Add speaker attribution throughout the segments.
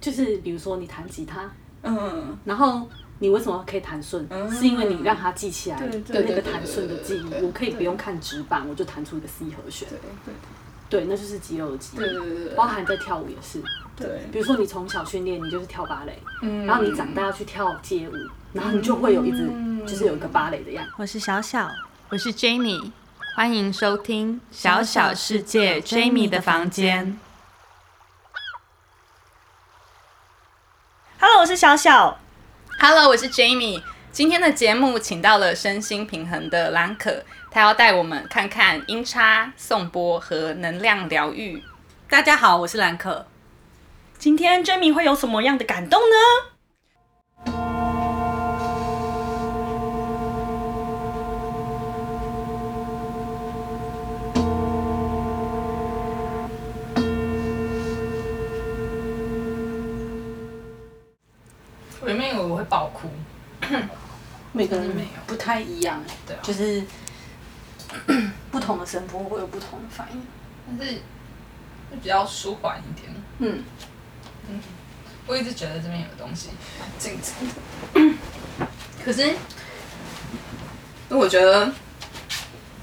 Speaker 1: 就是比如说你弹吉他，
Speaker 2: 嗯，
Speaker 1: 然后你为什么可以弹顺？
Speaker 2: 嗯
Speaker 1: 是因为你让它记起来
Speaker 3: 对对
Speaker 1: 那
Speaker 3: 对
Speaker 1: 个
Speaker 3: 对
Speaker 1: 弹顺的记忆
Speaker 2: 对对，对
Speaker 1: 我可以不用看指板，我就弹出一个 C 和弦。
Speaker 2: 对
Speaker 1: 对，那就是肌肉的记
Speaker 2: 对
Speaker 1: 忆，
Speaker 2: 对对对
Speaker 1: 包含在跳舞也是。
Speaker 2: 对，
Speaker 1: 比如说你从小训练，你就是跳芭蕾，
Speaker 2: 嗯
Speaker 1: 然后你长大要去跳街舞，然后你就会有一直就是有一个芭蕾的样子。
Speaker 4: 我是小小，我是 Jamie，欢迎收听《小小世界 Jamie 的房间》。
Speaker 3: Hello，我是小小。
Speaker 4: Hello，我是 Jamie。今天的节目请到了身心平衡的兰可，她要带我们看看音叉、颂钵和能量疗愈。大家好，我是兰可。
Speaker 3: 今天 Jamie 会有什么样的感动呢？
Speaker 5: 我原本以为我会爆哭，
Speaker 1: 每个
Speaker 5: 没
Speaker 1: 人
Speaker 5: 有
Speaker 1: 不太一样，
Speaker 5: 对啊
Speaker 1: 就是 不同的声波会有不同的反应。
Speaker 5: 但是就比较舒缓一点。
Speaker 1: 嗯，
Speaker 5: 我一直觉得这边有东西静静的， 可是我觉得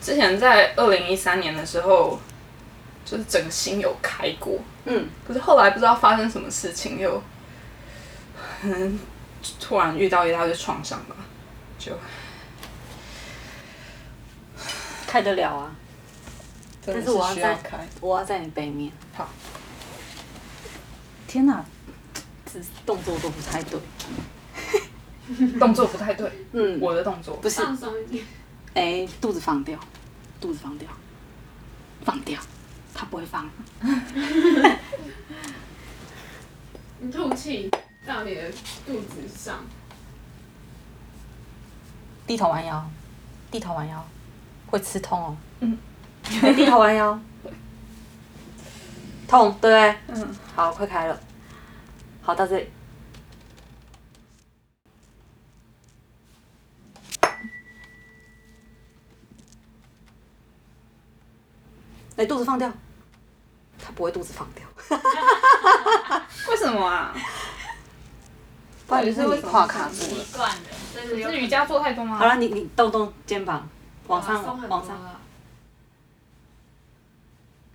Speaker 5: 之前在二零一三年的时候，就是整个心有开过，
Speaker 1: 嗯，
Speaker 5: 可是后来不知道发生什么事情，又可能突然遇到一大堆创伤吧，就
Speaker 1: 开得了啊！
Speaker 5: 真的
Speaker 1: 但是我要
Speaker 5: 需要
Speaker 1: 在
Speaker 5: 开，
Speaker 1: 我要在你背面，
Speaker 2: 天哪，
Speaker 1: 只是动作都不太对。
Speaker 5: 动作不太对，
Speaker 1: 嗯，
Speaker 5: 我的动作
Speaker 1: 不是，哎、肚子放掉，肚子放掉，放掉，他不会放。
Speaker 6: 你吐气到你的肚子上，
Speaker 1: 低头弯腰，低头弯腰，会刺痛哦。
Speaker 5: 嗯，
Speaker 1: 低头弯腰， 痛，对不对？
Speaker 5: 嗯，
Speaker 1: 好，快开了。好，到这里。哎，肚子放掉，他不会肚子放掉，
Speaker 5: 为什么啊？
Speaker 1: 不然就是你胯卡住了。
Speaker 6: 惯了，这是
Speaker 5: 是瑜伽做太多吗？
Speaker 1: 好了，你你动动肩膀，往上
Speaker 6: 啊松很多
Speaker 1: 往上。
Speaker 6: 了。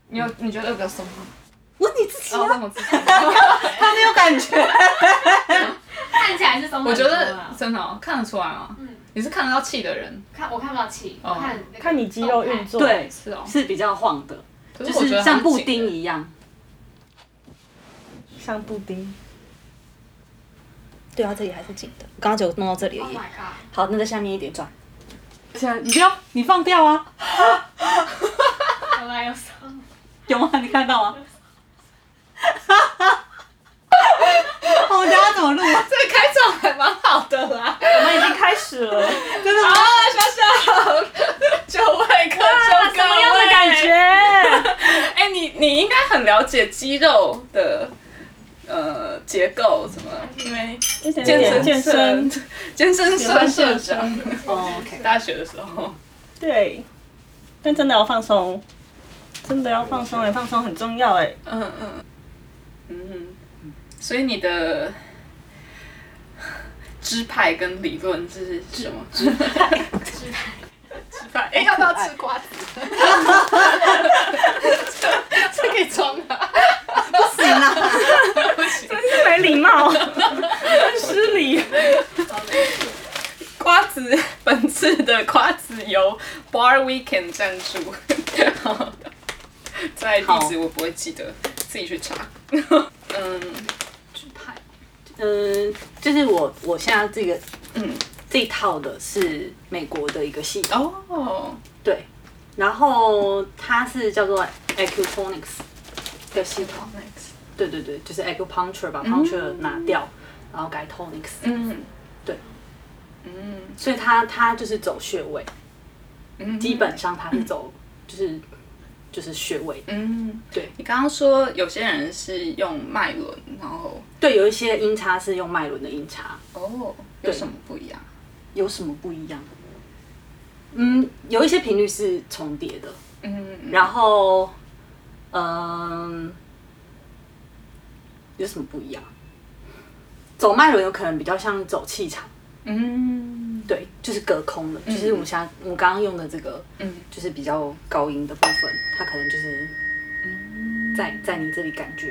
Speaker 5: 你有你觉得有比较松吗？
Speaker 1: 我你自己啊
Speaker 5: 哦，让我自己。
Speaker 1: 他没有感觉。
Speaker 6: 看起来是松很多
Speaker 5: 我觉得
Speaker 6: 啦
Speaker 5: 真的、哦、看得出来吗？
Speaker 6: 嗯
Speaker 5: 你是看得到气的人，
Speaker 6: 看我看不到气，
Speaker 5: 哦
Speaker 6: 我看那个
Speaker 3: 看你肌肉运
Speaker 6: 动态
Speaker 3: 作，，
Speaker 1: 对，
Speaker 5: 是哦。
Speaker 1: 是比较晃的，
Speaker 5: 可
Speaker 1: 就是
Speaker 5: 我觉
Speaker 1: 是
Speaker 5: 得
Speaker 1: 像布
Speaker 5: 它
Speaker 1: 丁
Speaker 5: 是紧
Speaker 1: 一样。
Speaker 3: 像布丁。对啊，这里还是紧的，我刚刚只有弄到这里而
Speaker 6: Oh
Speaker 3: 已。
Speaker 6: my god！
Speaker 3: 好，那在下面一点转。
Speaker 1: 现在你不要，你放掉啊！
Speaker 6: 原来有松，
Speaker 1: 有吗？你看到吗？ 我们等一下怎么录啊？
Speaker 5: 的。这个开场还蛮好的啦。
Speaker 3: 我们已经开始了，
Speaker 5: 真的吗？啊，小小，就位哥，就
Speaker 3: 什么样的感
Speaker 5: 觉？
Speaker 3: 觉？
Speaker 5: 哎、你你应该很了解肌肉的呃结构什么，因为健身
Speaker 3: 健身，
Speaker 5: 健身社社长，
Speaker 1: 哦，OK，
Speaker 5: 大学的时候，
Speaker 3: 对，但真的要放松，真的要放松哎，放松很重要哎。
Speaker 5: 嗯嗯嗯，所以你的支派跟理论是什么？支派，支派，哎、要不要吃瓜子？这这可以装啊！
Speaker 1: 不行啦，
Speaker 3: 真是 没礼貌， 失礼。
Speaker 5: 瓜子，本次的瓜子由 Bar Weekend 赞助， 在地址我不会记得，自己去查。 嗯，
Speaker 1: 嗯，就是我我现在这个
Speaker 5: 嗯
Speaker 1: 这一套的是美国的一个系统，
Speaker 5: 哦，
Speaker 1: 对，然后它是叫做 Acuphonics 的系统，
Speaker 5: 好，nice，
Speaker 1: 对对对，就是 acupuncture 把 puncture 拿掉，然后改 tonics，
Speaker 5: 嗯，
Speaker 1: 对，
Speaker 5: 嗯
Speaker 1: 所以它它就是走穴位，
Speaker 5: 嗯，
Speaker 1: 基本上它是走就是就是穴位
Speaker 5: 嗯，
Speaker 1: 对
Speaker 5: 你刚刚说有些人是用脉轮，然后
Speaker 1: 对，有一些音叉是用脉轮的音叉，
Speaker 5: 哦，
Speaker 1: 对
Speaker 5: 有什么不一样？
Speaker 1: 有什么不一样？嗯，有一些频率是重叠的，
Speaker 5: 嗯，
Speaker 1: 然后，嗯，有什么不一样？走脉轮有可能比较像走气场，
Speaker 5: 嗯
Speaker 1: 对，就是隔空的，就是我们现在我们刚刚用的这个，
Speaker 5: 嗯
Speaker 1: 就是比较高音的部分，它可能就是在在你这里感觉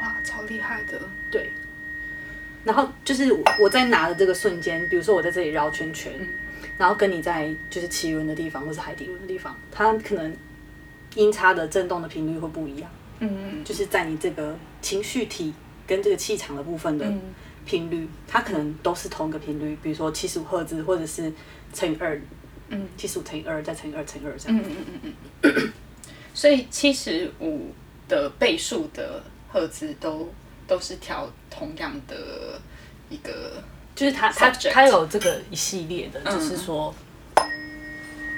Speaker 5: 哇，超厉害的，
Speaker 1: 对。然后就是我我在拿的这个瞬间，比如说我在这里绕圈圈，
Speaker 5: 嗯
Speaker 1: 然后跟你在就是脐轮的地方或是海底轮的地方，它可能音差的震动的频率会不一样，
Speaker 5: 嗯
Speaker 1: 就是在你这个情绪体跟这个气场的部分的
Speaker 5: 嗯
Speaker 1: 频率，它可能都是同一个频率，比如说七十五赫兹或者是乘以二，
Speaker 5: 嗯
Speaker 1: 七十五乘以二再乘以二乘以二这样。
Speaker 5: 嗯嗯嗯嗯，所以七十五的倍数的赫兹都都是调同样的一个，
Speaker 1: 就是它它
Speaker 5: Subject
Speaker 1: 它有这个一系列的，
Speaker 5: 嗯
Speaker 1: 就是说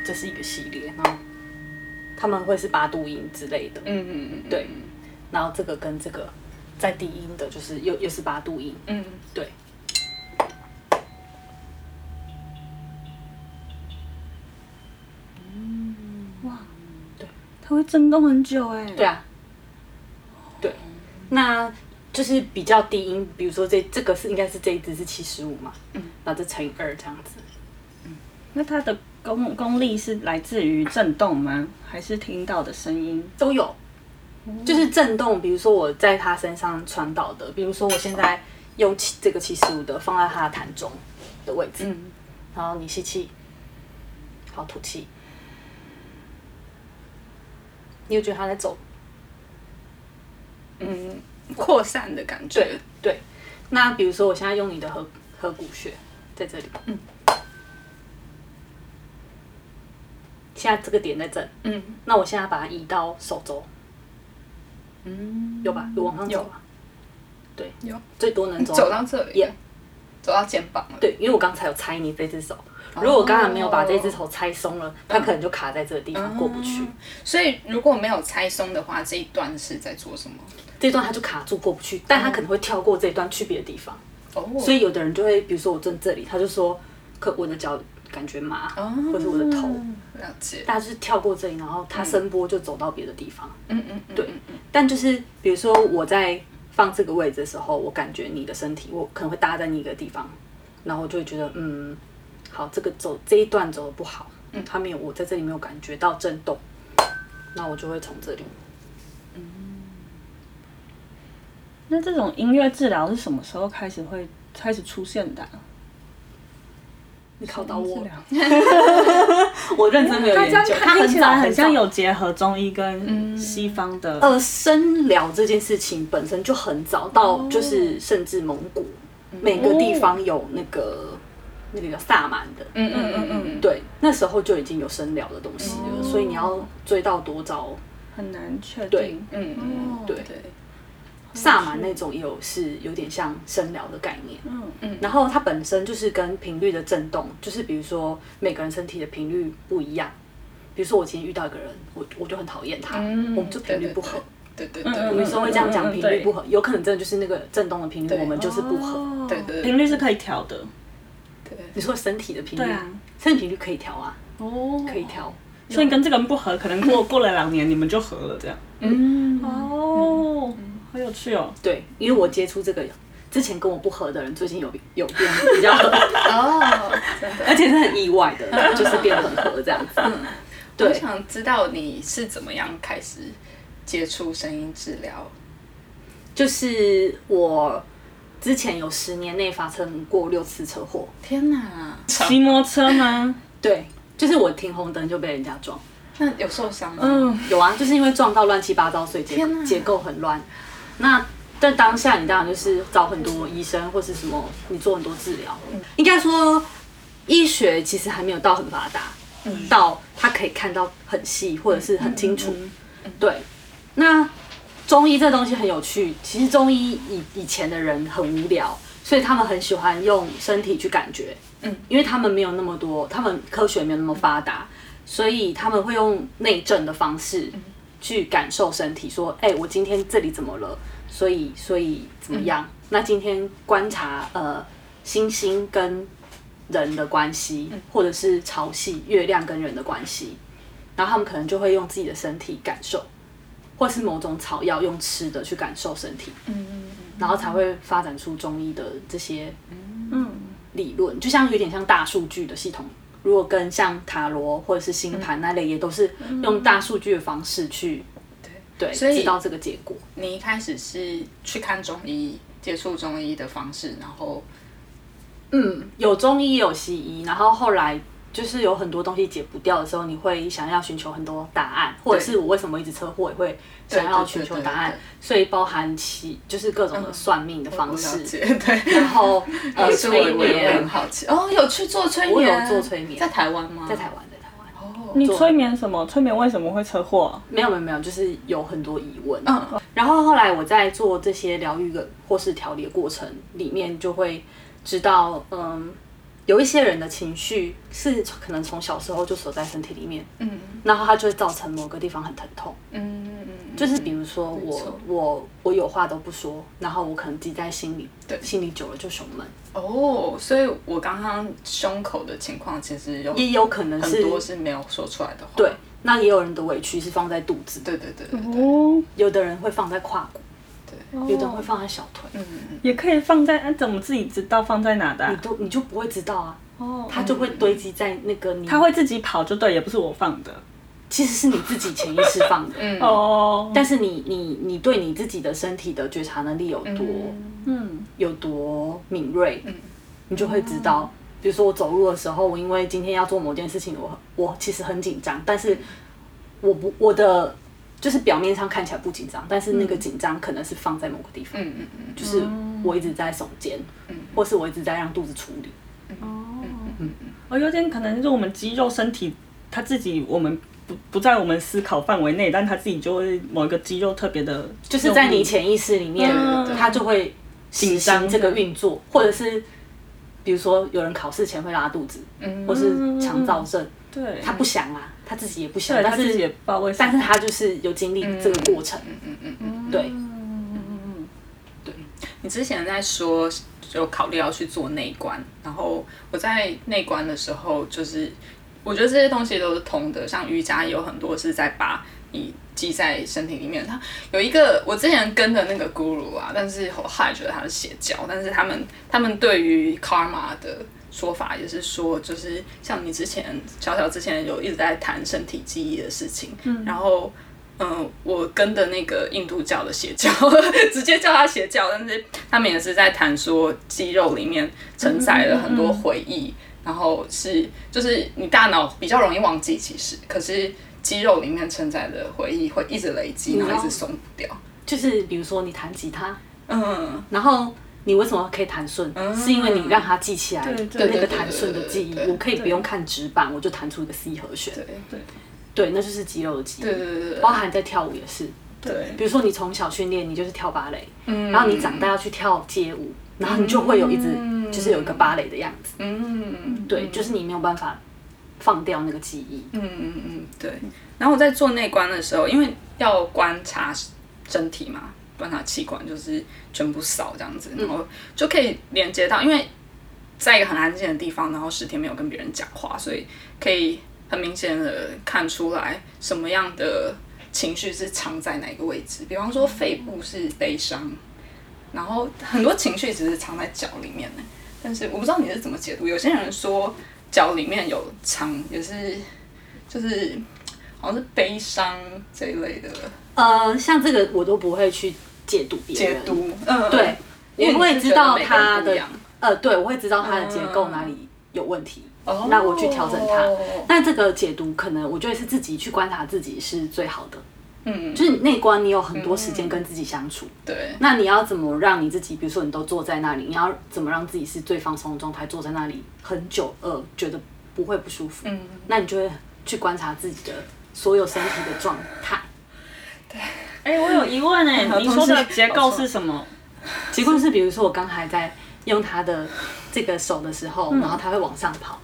Speaker 1: 这是一个系列，然后他们会是八度音之类的，
Speaker 5: 嗯嗯嗯，
Speaker 1: 对，然后这个跟这个在低音的，就是又又是八度音，
Speaker 5: 嗯
Speaker 1: 对，
Speaker 3: 它会震动很久哎、
Speaker 1: 对啊，对，那就是比较低音，比如说这这个是应该是这一支是七十五嘛，嗯，然后再乘以二这样子，
Speaker 3: 那它的功功力是来自于震动吗？还是听到的声音？
Speaker 1: 都有，就是震动，比如说我在他身上传导的，比如说我现在用七这个七十五的放在他的痰中的位置，
Speaker 5: 嗯
Speaker 1: 然后你吸气，好吐气，你有觉得他在走？
Speaker 5: 嗯，扩散的感觉，
Speaker 1: 对，那比如说我现在用你的合合谷穴在这里，嗯，现在这个点在这，
Speaker 5: 嗯
Speaker 1: 那我现在把它移到手肘，
Speaker 5: 嗯，
Speaker 1: 有吧？有往上走吧？对，
Speaker 5: 有嗯
Speaker 1: 最多能走
Speaker 5: 走到这里
Speaker 1: Yeah
Speaker 5: 走到肩膀了，
Speaker 1: 对，因为我刚才有拆你这只手，如果我刚才没有把这只手拆松了，它可能就卡在这个地方过不去，
Speaker 5: 所以如果没有拆松的话，这一段是在做什么？
Speaker 1: 这段它就卡住过不去，但它可能会跳过这一段去别的地方，
Speaker 5: 哦，
Speaker 1: 所以有的人就会，比如说我正这里，他就说，可我的脚感觉麻，或者我的头，
Speaker 5: 了解，
Speaker 1: 大家就是跳过这里，然后他声波就走到别的地方，
Speaker 5: 嗯嗯嗯，
Speaker 1: 对。但就是比如说我在放这个位置的时候，我感觉你的身体，我可能会搭在你一个地方，然后我就会觉得，嗯，好，这个走这一段走的不好，嗯，他没有，我在这里没有感觉到震动，那我就会从这里，
Speaker 3: 嗯那这种音乐治疗是什么时候开始会开始出现的啊、
Speaker 1: 你考到
Speaker 3: 治
Speaker 1: 我，
Speaker 3: 疗
Speaker 1: 我认真没有研
Speaker 3: 它
Speaker 1: 究，他
Speaker 3: 听起
Speaker 1: 很早嗯
Speaker 3: 来很
Speaker 1: 早
Speaker 3: 像有结合中医跟西方的，
Speaker 1: 呃，生疗这件事情本身就很早，
Speaker 5: 哦
Speaker 1: 到就是甚至蒙古、
Speaker 5: 嗯
Speaker 1: 每个地方有那个那个叫萨满的，
Speaker 5: 嗯嗯嗯嗯，
Speaker 1: 对，那时候就已经有生疗的东西了，
Speaker 5: 哦
Speaker 1: 所以你要追到多早？
Speaker 3: 很难确
Speaker 1: 对
Speaker 3: 定。
Speaker 5: 嗯嗯，对对，
Speaker 1: 萨满那种也有是有点像生疗的概念，
Speaker 3: 嗯
Speaker 1: 然后它本身就是跟频率的震动，就是比如说每个人身体的频率不一样。比如说我今天遇到一个人，我我就很讨厌他，我们就频率不合。，
Speaker 5: 嗯对对
Speaker 1: 我们有
Speaker 5: 对，
Speaker 1: 时候会这样
Speaker 3: 嗯嗯
Speaker 1: 讲，
Speaker 3: 嗯
Speaker 1: 频
Speaker 3: 对
Speaker 1: 率不合，有可能真的就是那个震动的频率，
Speaker 5: 对
Speaker 1: 我们就是不合。
Speaker 3: 哦
Speaker 5: 对对
Speaker 3: 频率是可以调的。
Speaker 1: 你说身体的频率，
Speaker 3: 对啊
Speaker 1: 身体频率可以调啊，
Speaker 3: 哦
Speaker 1: 可以调。
Speaker 3: 所以你跟这个人不合，可能 过过了两年你们就合了这样。
Speaker 5: 嗯，
Speaker 3: 哦，
Speaker 1: 嗯
Speaker 3: 好有趣哦。
Speaker 1: 对，因为我接触这个之前跟我不合的人，最近有有变比较合，
Speaker 5: 哦，真的。
Speaker 1: 而且是很意外的，就是变很合这样子。
Speaker 5: 我
Speaker 1: 对，
Speaker 5: 想知道你是怎么样开始接触声音治疗？
Speaker 1: 就是我之前有十年内发生过六次车祸，
Speaker 5: 天哪，
Speaker 3: 骑摩托 车吗？
Speaker 1: 对，就是我停红灯就被人家撞，
Speaker 5: 那有受伤吗？
Speaker 3: 嗯，
Speaker 1: 有啊，就是因为撞到乱七八糟，所以结
Speaker 5: 天哪
Speaker 1: 结构很乱。那在当下，你当然就是找很多医生或是什么，你做很多治疗。
Speaker 5: 嗯
Speaker 1: 应该说，医学其实还没有到很发达，
Speaker 5: 嗯
Speaker 1: 到它可以看到很细或者是很清楚。
Speaker 5: 嗯
Speaker 1: 对，那中医这东西很有趣。其实中医以以前的人很无聊，所以他们很喜欢用身体去感觉。嗯，因为他们没有那么多，他们科学没有那么发达，所以他们会用内证的方式去感受身体，说：“哎、我今天这里怎么了？所以所以怎么
Speaker 5: 嗯
Speaker 1: 样？”那今天观察呃星星跟人的关系，
Speaker 5: 嗯
Speaker 1: 或者是潮汐、月亮跟人的关系，然后他们可能就会用自己的身体感受，或是某种草药用吃的去感受身体。
Speaker 5: 嗯嗯
Speaker 1: 然后才会发展出中医的这些
Speaker 5: 嗯
Speaker 1: 理论，就像有点像大数据的系统。如果跟像塔罗或者是星
Speaker 5: 嗯
Speaker 1: 盘那类，也都是用大数据的方式去，对，
Speaker 5: 所以
Speaker 1: 知道这个结果。
Speaker 5: 你一开始是去看中医，接触中医的方式，然后
Speaker 1: 嗯，有中医也有西医，然后后来就是有很多东西解不掉的时候，你会想要寻求很多答案，或者是我为什么一直车祸，也会想要寻求答
Speaker 5: 对
Speaker 1: 案
Speaker 5: 对对对，嗯
Speaker 1: 所以包含其就是各种的算命的方
Speaker 5: 我了
Speaker 1: 式，
Speaker 5: 解， 对，
Speaker 1: 然后呃
Speaker 5: 所以
Speaker 1: 催
Speaker 5: 我也
Speaker 1: 眠
Speaker 5: 很，好奇。哦，有去做催眠？
Speaker 1: 我有做催眠
Speaker 5: 在台湾吗？
Speaker 1: 在台湾，在台湾，
Speaker 5: 哦
Speaker 3: 你催眠什么？催眠为什么会车祸啊、
Speaker 1: 没有没有没有，就是有很多疑问，
Speaker 5: 嗯，
Speaker 1: 然后后来我在做这些疗愈的或是调理的过程里面，就会知道，嗯，有一些人的情绪是可能从小时候就锁在身体里面，嗯，然后它就会造成某个地方很疼痛，
Speaker 5: 嗯嗯，
Speaker 1: 就是比如说我、
Speaker 5: 错
Speaker 1: 我我有话都不说，然后我可能积在心里，对，心里久了就胸闷，
Speaker 5: 哦，所以我刚刚胸口的情况其实有
Speaker 1: 也有可能
Speaker 5: 哦很
Speaker 1: 是
Speaker 5: 多是没有说出来的话。
Speaker 1: 对，那也有人的委屈是放在肚子，
Speaker 5: 对对对对对，
Speaker 3: 哦，
Speaker 1: 有的人会放在胯骨，对，有的人会放在小腿，
Speaker 5: 嗯
Speaker 3: 也可以放在，啊、怎么自己知道放在哪的啊、
Speaker 1: 你都你就不会知道啊，
Speaker 3: 哦，
Speaker 1: 它就会堆积在那个你
Speaker 3: 他会自己跑就对，也不是我放的。
Speaker 1: 其实是你自己潜意识放的，
Speaker 5: 嗯
Speaker 3: 哦，
Speaker 1: 但是你你你对你自己的身体的觉察能力有多、
Speaker 3: 嗯，
Speaker 1: 有多敏锐，你就会知道。比如说我走路的时候，我因为今天要做某件事情，我我其实很紧张，但是我不我的就是表面上看起来不紧张，但是那个紧张可能是放在某个地方，
Speaker 5: 嗯嗯嗯，
Speaker 1: 就是我一直在耸肩，或是我一直在让肚子处理。
Speaker 3: 哦，有点可能就是我们肌肉身体它自己，我们不不在我们思考范围内，但它自己就会某一个肌肉特别的，
Speaker 1: 就
Speaker 3: 就
Speaker 1: 是在你潜意识里面，它就会嗯紧张这个运作，或者是比如说有人考试前会拉肚子，或是肠燥症，
Speaker 3: 对，
Speaker 1: 他不想啊，他自己也不想，
Speaker 3: 对
Speaker 1: 但
Speaker 3: 他自己也
Speaker 1: 是
Speaker 3: 不知道为什
Speaker 1: 但
Speaker 3: 么，
Speaker 1: 是他就是有经历这个过程，
Speaker 5: 嗯嗯嗯。
Speaker 1: 对，
Speaker 5: 你之前在说有考虑要去做内观，然后我在内观的时候，就是我觉得这些东西都是通的，像瑜伽有很多是在把你记在身体里面。它有一个我之前跟的那个 guru 啊，但是我后来觉得他是邪教，但是他们他们对于 karma 的。说法也是说，就是像你之前小小之前有一直在谈身体记忆的事情，然后嗯，我跟的那个印度教的邪教， 直接叫他邪教，但是他们也是在谈说肌肉里面承载了很多回忆，然后是就是你大脑比较容易忘记，其实可是肌肉里面承载的回忆会一直累积，然后一直松不掉。
Speaker 1: 就是比如说你弹吉他，
Speaker 5: 嗯，
Speaker 1: 然后。你为什么可以弹顺？是因为你让它记起来
Speaker 3: 对对
Speaker 1: 那个弹顺的记忆
Speaker 5: 对对对对。对
Speaker 1: 我可以不用看纸板，我就弹出一个 C 和弦。
Speaker 5: 对对
Speaker 1: 对，那就是肌肉的记忆。
Speaker 5: 对对对
Speaker 1: 包含在跳舞也是，
Speaker 5: 对，
Speaker 1: 比如说你从小训练，你就是跳芭蕾，
Speaker 5: 嗯
Speaker 1: 然后你长大要去跳街舞，然后你就会有一直、就是有一个芭蕾的样子。
Speaker 5: 嗯，
Speaker 1: 对，就是你没有办法放掉那个记忆。
Speaker 5: 嗯嗯嗯，对。然后我在做内观的时候，因为要观察身体嘛，观察器官，就是全部扫这样子，然后就可以连接到，因为在一个很安静的地方，然后十天没有跟别人讲话，所以可以很明显的看出来什么样的情绪是藏在哪个位置。比方说肺部是悲伤，然后很多情绪只是藏在脚里面的。但是我不知道你是怎么解读，有些人说脚里面有藏，也是就是好像是悲伤这一类的
Speaker 1: 呃，像这个我都不会去解读别
Speaker 5: 解
Speaker 1: 人，
Speaker 5: 读，嗯，
Speaker 1: 对，
Speaker 5: 因为
Speaker 1: 我会
Speaker 5: 你是
Speaker 1: 知道
Speaker 5: 觉得每个人
Speaker 1: 它
Speaker 5: 不一
Speaker 1: 的
Speaker 5: 样，嗯
Speaker 1: 呃，对我会知道它的结构哪里有问题，那我去调整它。
Speaker 5: 哦
Speaker 1: 那这个解读可能我觉得是自己去观察自己是最好的，
Speaker 5: 嗯，
Speaker 1: 就是内观你有很多时间跟自己相处，
Speaker 5: 对，
Speaker 1: 那你要怎么让你自己，比如说你都坐在那里，你要怎么让自己是最放松的状态，坐在那里很久，呃，觉得不会不舒服？
Speaker 5: 嗯，
Speaker 1: 那你就会去观察自己的所有身体的状态。
Speaker 3: 哎、我有疑问 哎、你说的结构是什么？
Speaker 1: 结果是，比如说我刚才在用他的这个手的时候，然后他会往上跑，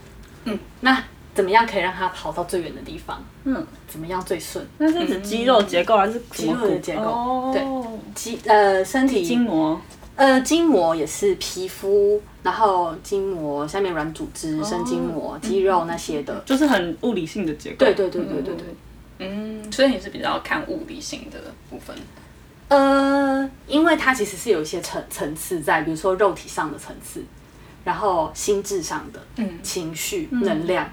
Speaker 1: 嗯，那怎么样可以让他跑到最远的地方？
Speaker 3: 嗯，
Speaker 1: 怎么样最顺？
Speaker 3: 那是指肌肉结构还是什么
Speaker 1: 肌肉的结构
Speaker 3: 哦、
Speaker 1: 肌呃身体
Speaker 3: 筋膜。
Speaker 1: 呃，筋膜也是皮肤，然后筋膜下面软组织、深筋膜、肌肉那些的。
Speaker 3: 就是很物理性的结构。
Speaker 1: 对对对对对对，
Speaker 5: 嗯，所以你是比较看物理性的部分，
Speaker 1: 呃，因为它其实是有一些层层次在，比如说肉体上的层次，然后心智上的，嗯，情绪、能量，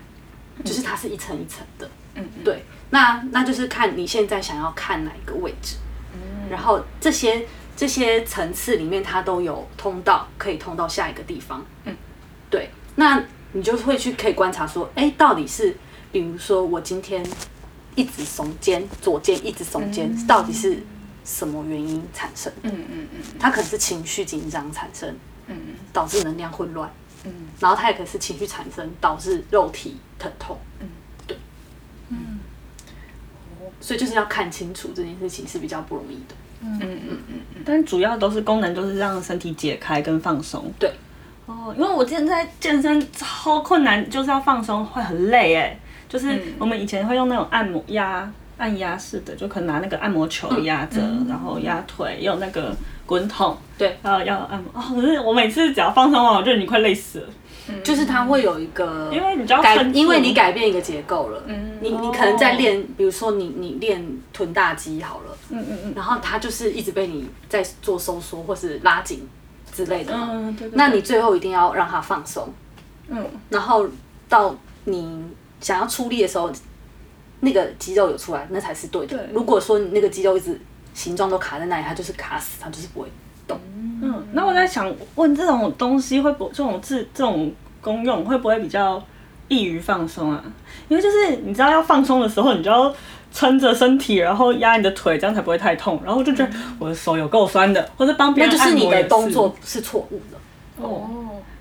Speaker 1: 就是它是一层一层的，嗯，对。那那就是看你现在想要看哪一个位置，然后这些这些层次里面它都有通道，可以通到下一个地方，嗯，对。那你就会去可以观察说，哎，到底是比如说我今天一直耸肩，左肩一直耸肩，到底是什么原因产生？嗯嗯嗯，它可能是情绪紧张产生，嗯，导致能量混乱，嗯，然后它也可能是情绪产生导致肉体疼痛，嗯，对，嗯，所以就是要看清楚这件事情是比较不容易的，
Speaker 3: 但主要都是功能，就是让身体解开跟放松。
Speaker 1: 对，
Speaker 3: 哦，因为我之前在健身超困难，就是要放松会很累哎。就是我们以前会用那种按摩压按压式的，就可能拿那个按摩球压着，然后压腿，用那个滚筒，
Speaker 1: 对，
Speaker 3: 然后要按摩。哦，可是我每次只要放松完，我就已经快累死了，
Speaker 1: 就是它会有一个，
Speaker 3: 因为你就要
Speaker 1: 改
Speaker 3: 分，
Speaker 1: 嗯因为你改变一个结构了，你你可能在练，比如说你你练臀大肌好了，哦嗯嗯嗯，然后它就是一直被你在做收缩或是拉紧之类的嘛，
Speaker 3: 嗯，对对对
Speaker 1: 那你最后一定要让它放松，
Speaker 3: 嗯，
Speaker 1: 然后到你想要出力的时候，那个肌肉有出来，那才是对的。
Speaker 3: 对
Speaker 1: 如果说你那个肌肉一直形状都卡在那里，它就是卡死，它就是不会动。
Speaker 3: 嗯，那我在想，问这种东西会不这种自这种功用会不会比较易于放松啊？因为就是你知道要放松的时候，你就要撑着身体，然后压你的腿，这样才不会太痛。然后我就觉得
Speaker 1: 嗯
Speaker 3: 我的手有够酸的，或者帮别
Speaker 1: 那
Speaker 3: 人
Speaker 1: 就是
Speaker 3: 按
Speaker 1: 你
Speaker 3: 摩
Speaker 1: 的
Speaker 3: 也是
Speaker 1: 动作是错误的。
Speaker 3: 哦。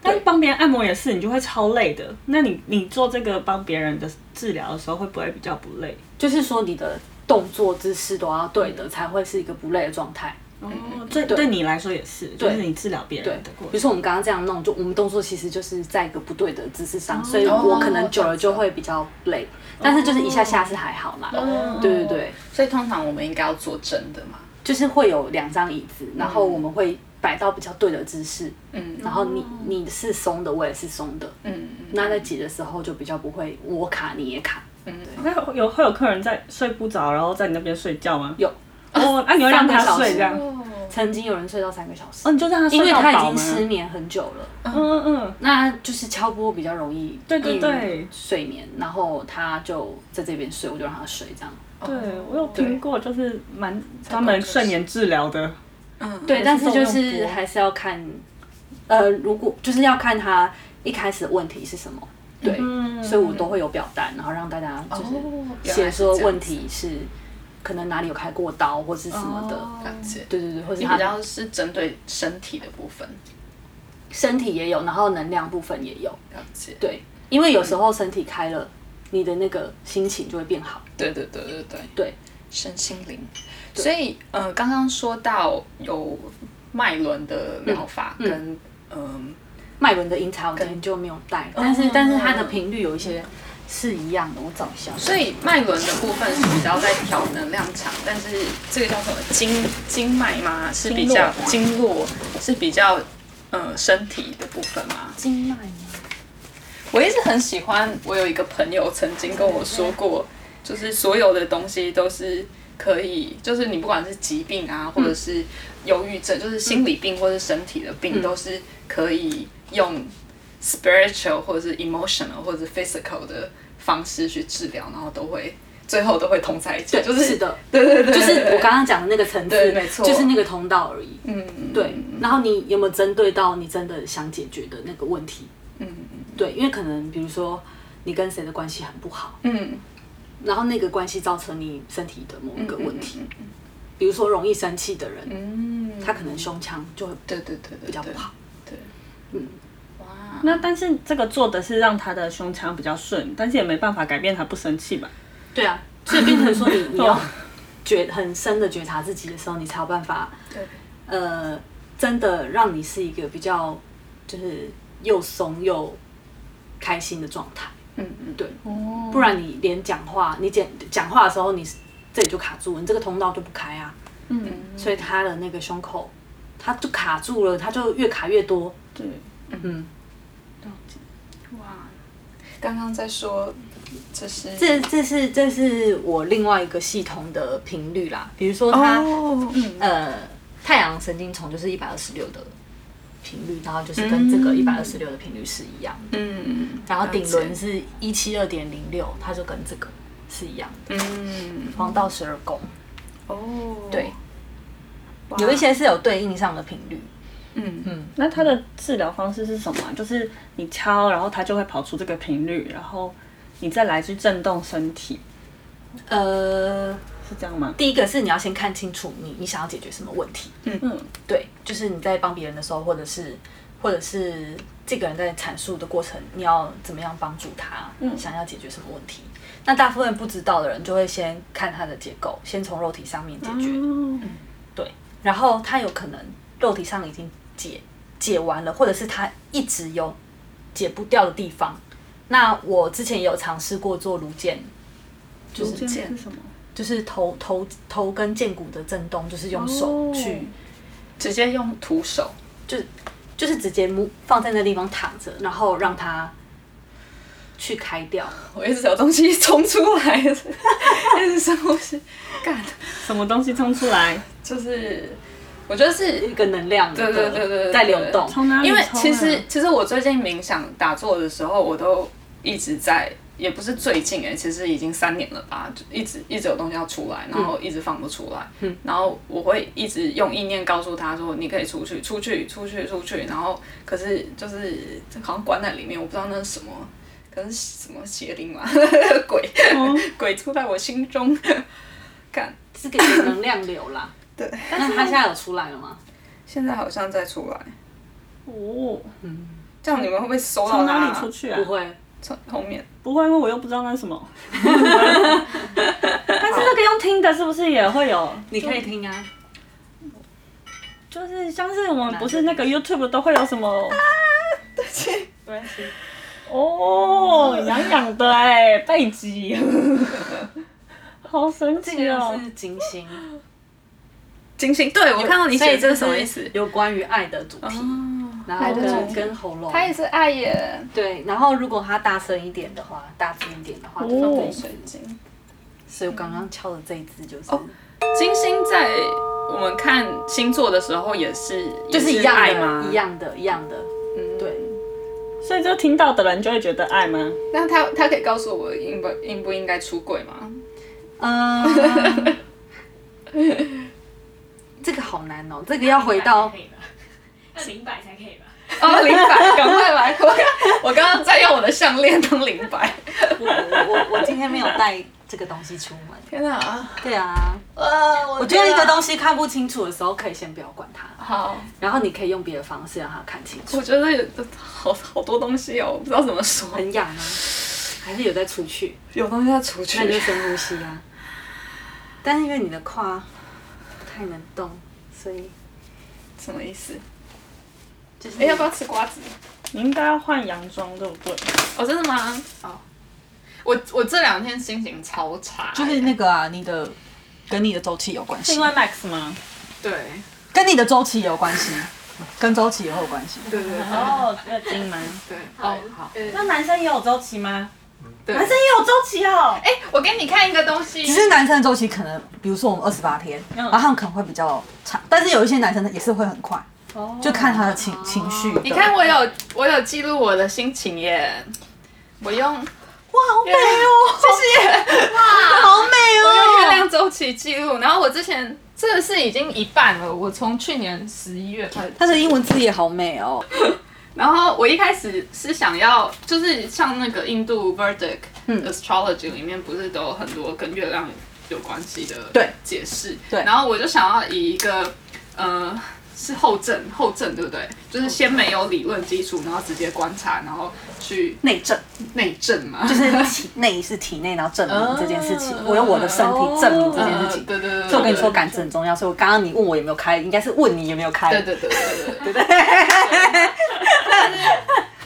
Speaker 3: 但帮别人按摩也是，你就会超累的。那你你做这个帮别人的治疗的时候，会不会比较不累？
Speaker 1: 就是说你的动作姿势都要对
Speaker 3: 嗯
Speaker 1: 的，才会是一个不累的状态。
Speaker 3: 哦，对，对你来说也是，就是你治疗别
Speaker 1: 嗯对
Speaker 3: 人的，过
Speaker 1: 比如
Speaker 3: 程。
Speaker 1: 说我们刚刚这样弄，就我们动作其实就是在一个不对的姿势
Speaker 3: 哦
Speaker 1: 上，所以我可能久了就会比较累，但是就是一下下是还好啦。
Speaker 3: 哦
Speaker 1: 嗯对对对，
Speaker 5: 所以通常我们应该要做真的嘛，
Speaker 1: 就是会有两张椅子，然后我们会摆到比较对的姿势，嗯，然后你你是松的，我也是松的，嗯，那在挤的时候就比较不会我卡你也卡，
Speaker 3: 那有有会有客人在睡不着，然后在你那边睡觉吗？
Speaker 1: 有
Speaker 3: 哦，那、你会让他睡这样？
Speaker 5: 哦
Speaker 1: 曾经有人睡到三个小时
Speaker 3: 哦，，你就让他
Speaker 1: 因
Speaker 3: 睡
Speaker 1: 为
Speaker 3: 到
Speaker 1: 他已
Speaker 3: 饱
Speaker 1: 经
Speaker 3: 吗
Speaker 1: 失眠很久了。
Speaker 3: 嗯嗯嗯，
Speaker 1: 那就是敲波比较容易
Speaker 3: 对对
Speaker 1: 易于
Speaker 3: 对
Speaker 1: 睡眠，然后他就在这边睡，我就让他睡这样。
Speaker 3: 对我有听过，就是蛮专门睡眠治疗的，
Speaker 1: 对，但是就
Speaker 3: 动用
Speaker 1: 是
Speaker 3: 波
Speaker 1: 还是要看，呃，如果就是要看他一开始的问题是什么。对，
Speaker 3: 嗯
Speaker 1: 所以我都会有表单，然后让大家
Speaker 5: 啊
Speaker 1: 就是哦写说问题是可能哪里有开过刀或是什么的。
Speaker 5: 了解。
Speaker 1: 对对对，或是
Speaker 5: 哦你
Speaker 1: 他
Speaker 5: 比较是针对身体的部分，
Speaker 1: 身体也有，然后能量部分也有。
Speaker 5: 了解。
Speaker 1: 对，因为有时候身体开了，你的那个心情就会变好。
Speaker 5: 对对对对对
Speaker 1: 对，
Speaker 5: 身心灵。所以呃，刚刚说到有脉轮的疗法
Speaker 1: 嗯嗯
Speaker 5: 跟嗯
Speaker 1: 脉轮的音叉我今天就没有带，
Speaker 5: 哦
Speaker 1: 但是但是它的频率有一些是一样的，我找一下。
Speaker 5: 所以脉轮的部分是比较在调能量场，但是这个叫什么经经脉吗？是比较经络是比较呃身体的部分吗？
Speaker 1: 经脉
Speaker 5: 我一直很喜欢，我有一个朋友曾经跟我说过，就是所有的东西都是可以，就是你不管是疾病啊，或者是忧郁症，就是心理病或是身体的
Speaker 1: 嗯
Speaker 5: 病，都是可以用 spiritual 或者是 emotional 或者是 physical 的方式去治疗，然后都会最后都会通在一起，
Speaker 1: 对，
Speaker 5: 就是是，
Speaker 1: 的，
Speaker 5: 对对对，
Speaker 1: 就是我刚刚讲的那个层次，
Speaker 5: 对没错
Speaker 1: 就是那个通道而已。
Speaker 5: 嗯，
Speaker 1: 对，然后你有没有针对到你真的想解决的那个问题？嗯，对，因为可能比如说你跟谁的关系很不好，
Speaker 5: 嗯，
Speaker 1: 然后那个关系造成你身体的某一个问题
Speaker 5: 嗯，
Speaker 1: 比如说容易生气的人，
Speaker 5: 嗯，
Speaker 1: 他可能胸腔就会
Speaker 5: 对对对对
Speaker 1: 比较不好。
Speaker 3: 那但是这个做的是让他的胸腔比较顺，但是也没办法改变他不生气吧？
Speaker 1: 对啊，所以变成说你你要觉很深的觉察自己的时候，你才有办法，呃，真的让你是一个比较就是又松又开心的状态。
Speaker 5: 嗯嗯
Speaker 1: 对，不然你连讲话，你讲讲话的时候，你这里就卡住，你这个通道就不开啊。嗯，所以他的那个胸口，他就卡住了，他就越卡越多。
Speaker 3: 对，
Speaker 1: 嗯，
Speaker 5: 哇，刚刚在说，这是
Speaker 1: 这这是这是我另外一个系统的频率啦，比如说它、
Speaker 3: 哦
Speaker 1: 呃太阳神经丛就是一百二十六的频率，然后就是跟这个一百二十六的频率是一样的，
Speaker 5: 嗯
Speaker 1: 然后顶轮是一七二点零六，它就跟这个是一样的，
Speaker 5: 嗯
Speaker 1: 黄道十二宫，
Speaker 5: 哦，
Speaker 1: 对，有一些是有对应上的频率，
Speaker 5: 嗯嗯
Speaker 3: 那它的治疗方式是什么啊、就是你敲，然后它就会跑出这个频率，然后你再来去震动身体，
Speaker 1: 呃。
Speaker 3: 是这样吗？
Speaker 1: 第一个是你要先看清楚你你想要解决什么问题，
Speaker 3: 嗯，
Speaker 1: 对，就是你在帮别人的时候，或者是或者是这个人在阐述的过程，你要怎么样帮助他，
Speaker 3: 嗯
Speaker 1: 想要解决什么问题。那大部分不知道的人就会先看他的结构，先从肉体上面解决，
Speaker 3: 哦
Speaker 1: 对，然后他有可能肉体上已经解解完了，或者是他一直有解不掉的地方。那我之前也有尝试过做颅腱，就
Speaker 3: 逐
Speaker 1: 是
Speaker 3: 渐
Speaker 1: 腱
Speaker 3: 是什么？
Speaker 1: 就是头头头跟腱骨的震动，就是用手
Speaker 3: 哦
Speaker 1: 去。
Speaker 5: 直接用徒手，
Speaker 1: 就是直接摸放在那地方躺着，然后让它去开掉。
Speaker 5: 我一直有东西冲出来， 一直深呼吸，干，
Speaker 3: 什么东西冲出来？
Speaker 5: 就是我觉得是
Speaker 1: 一个能量的
Speaker 5: 对对对对对
Speaker 1: 在流动，
Speaker 3: 从哪里
Speaker 5: 因为
Speaker 3: 冲啊
Speaker 5: 其实其实我最近冥想打坐的时候，我都一直在，也不是最近哎、其实已经三年了吧，就一直一直有东西要出来，然后一直放不出来，
Speaker 3: 嗯
Speaker 5: 然后我会一直用意念告诉他说，你可以出去，出去，出去，出去，然后可是就是好像关在里面，我不知道那是什么。可能是什么邪灵嘛， 鬼、
Speaker 3: 哦
Speaker 5: 鬼住在我心中，干，
Speaker 1: 是给你能量流啦。
Speaker 5: 对，
Speaker 1: 那它现在有出来了吗？
Speaker 5: 现在好像在出来，
Speaker 3: 哦，
Speaker 5: 这样你们会不会收到
Speaker 3: 从
Speaker 5: 它
Speaker 3: 哪
Speaker 5: 啊？
Speaker 3: 里出去啊
Speaker 1: 不？会，
Speaker 5: 从后面。
Speaker 3: 不会，因为我又不知道那是什 么。但是那个用听的，是不是也会有？
Speaker 1: 你可以听啊。
Speaker 3: 就是像是我们不是那个 YouTube 都会有什么
Speaker 1: 没关系
Speaker 3: 哦，痒痒的哎、背脊， 好神
Speaker 1: 这
Speaker 5: 啊
Speaker 3: 奇
Speaker 1: 个
Speaker 3: 哦！
Speaker 1: 是金星，
Speaker 5: 金星，对我看到你
Speaker 1: 所
Speaker 5: 写
Speaker 1: 以
Speaker 5: 这
Speaker 1: 这
Speaker 5: 是什么意思？
Speaker 1: 有关于爱的主题，然后
Speaker 5: 嗯爱的主
Speaker 1: 跟
Speaker 5: 题
Speaker 1: 跟喉咙，
Speaker 5: 是爱耶，
Speaker 1: 对，然后如果它大声一点的话，大声一点的话，就放
Speaker 3: 哦
Speaker 1: 给水。
Speaker 5: 水晶。
Speaker 1: 所以我刚刚敲的这一支就是
Speaker 5: 哦金星在我们看星座的时候也是，
Speaker 1: 就是
Speaker 5: 也
Speaker 1: 一样
Speaker 5: 爱
Speaker 1: 的，
Speaker 5: 吗？
Speaker 1: 一。样的，一样的。
Speaker 5: 嗯
Speaker 1: 对。
Speaker 3: 所以就听到的人就会觉得爱吗？
Speaker 5: 那他他可以告诉我应不应不应该出轨吗？
Speaker 1: 嗯， 这个好难哦，这个要回 到
Speaker 6: 那零百才可以吧？
Speaker 5: 哦，零百，赶快来！我刚我刚刚在用我的项链当零百。
Speaker 1: 我我我今天没有带这个东西出门。
Speaker 5: 天哪！啊，
Speaker 1: 对啊，
Speaker 5: 我
Speaker 1: 我觉得一个东西看不清楚的时候，可以先不要管它，
Speaker 5: 好，
Speaker 1: 然后你可以用别的方式让它看清楚
Speaker 5: 我。觉得有好好多东西哦，我不知道怎么说，
Speaker 1: 很痒啊，还是有在出去，
Speaker 5: 有东西要出去
Speaker 1: 那你就深呼吸啊。但是因为你的胯不太能动，所以
Speaker 5: 什么意思？
Speaker 1: 就是
Speaker 5: 哎，要不要吃瓜子？
Speaker 3: 你应该要换洋装，对不对？
Speaker 5: 哦，真的吗？哦，我我这两天心情超差，
Speaker 1: 那个啊，你的跟你的周期有关
Speaker 3: 是因为 Max 吗？
Speaker 5: 对
Speaker 1: 跟你的周期有关系，跟周期也有关系。
Speaker 5: 对对对
Speaker 3: 哦，月经吗？
Speaker 5: 对，哦好，
Speaker 3: 那男生也有周期吗？
Speaker 5: 对
Speaker 3: 男生也有周期哦。
Speaker 5: 哎，我给你看一个东西
Speaker 2: 其，实男生的周期可能，比如说我们二十八
Speaker 5: 嗯
Speaker 2: 天，然后他们可能会比较长，但是有一些男生也是会很快，
Speaker 5: 哦
Speaker 2: 就看他的情情绪的。
Speaker 5: 你看我有我有记录我的心情耶，我用哇好美哦， 谢谢哇好美哦，我用月亮周期记录，然后我之前这个是已经一半了，我从去年十一月开始。
Speaker 1: 他的英文字也好美哦。
Speaker 5: 然后我一开始是想要，就是像那个印度 Vedic
Speaker 1: 嗯
Speaker 5: astrology 里面不是都有很多跟月亮有关系的
Speaker 2: 对
Speaker 5: 解释，
Speaker 2: 对
Speaker 5: 然后我就想要以一个呃是后证后证对不对？就是先没有理论基础，然后直接观察，然后去
Speaker 1: 内政
Speaker 5: 内证嘛，
Speaker 1: 就是体内是体内，然后证
Speaker 3: 哦
Speaker 1: 明这件事情，我用我的身体证明这件事
Speaker 5: 呃
Speaker 1: 情。
Speaker 5: 对对对对，
Speaker 1: 所以我跟你说，
Speaker 5: 感
Speaker 1: 感知很重要。所以我刚刚你问我有没有开，应该是问你有没有开。
Speaker 5: 对对对对对对对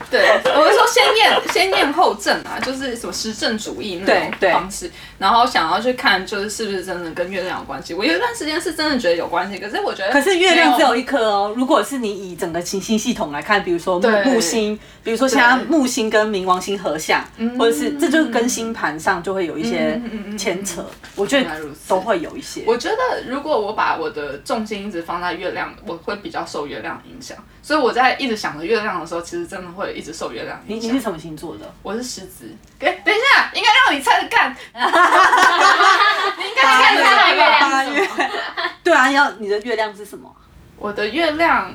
Speaker 5: 对，对，我是说先验先验后后症啊，就是什么实证主义那
Speaker 4: 对
Speaker 5: 种
Speaker 4: 对
Speaker 5: 方式，然后想要去看就是是不是真的跟月亮有关系。我有一段时间是真的觉得有关系，可是我觉得
Speaker 1: 可是月亮只有
Speaker 5: 一
Speaker 1: 一颗哦。如果是你以整个行星系统来看，比如说木
Speaker 5: 对
Speaker 1: 木星，比如说现在
Speaker 5: 对嗯
Speaker 1: 木星跟冥王星合相，或者是这就是跟星盘上就会有一些
Speaker 5: 嗯嗯嗯嗯嗯
Speaker 1: 牵扯，我觉得
Speaker 5: 原来如此
Speaker 1: 都会有一些。
Speaker 5: 我觉得如果我把我的重心一直放在月亮，我会比较受月亮影响。所以我在一直想着月亮的时候，其实真的会一直受月亮
Speaker 1: 你
Speaker 5: 影
Speaker 1: 你
Speaker 5: 响。
Speaker 1: 是什么星座的？
Speaker 5: 我是狮子。哎、等一下，应该让你猜着干。你应该看着
Speaker 6: 八
Speaker 5: 干
Speaker 6: 月
Speaker 5: 吧。
Speaker 6: 亮八
Speaker 1: 月。对啊，要你的月亮是什么？
Speaker 5: 我的月亮，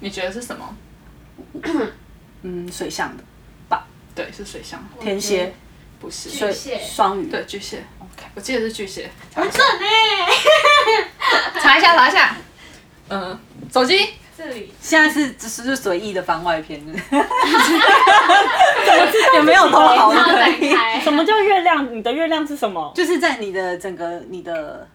Speaker 5: 你觉得是什么？
Speaker 1: 嗯，水象的，
Speaker 5: 对，是水象，
Speaker 1: 天蝎、
Speaker 5: 不是
Speaker 6: 巨
Speaker 1: 水
Speaker 6: 蟹
Speaker 1: 双鱼。
Speaker 5: 嗯对，巨蟹。我记得是巨蟹。
Speaker 6: 很准哎、
Speaker 5: 查一下，查一下。嗯、手机。
Speaker 6: 这里
Speaker 1: 现在是只是就随意的番外篇，也没有都好
Speaker 6: 然后
Speaker 1: 可
Speaker 6: 展
Speaker 1: 以，
Speaker 6: 开，
Speaker 3: 什么叫月亮？你的月亮是什么？
Speaker 1: 就是在你的整个你的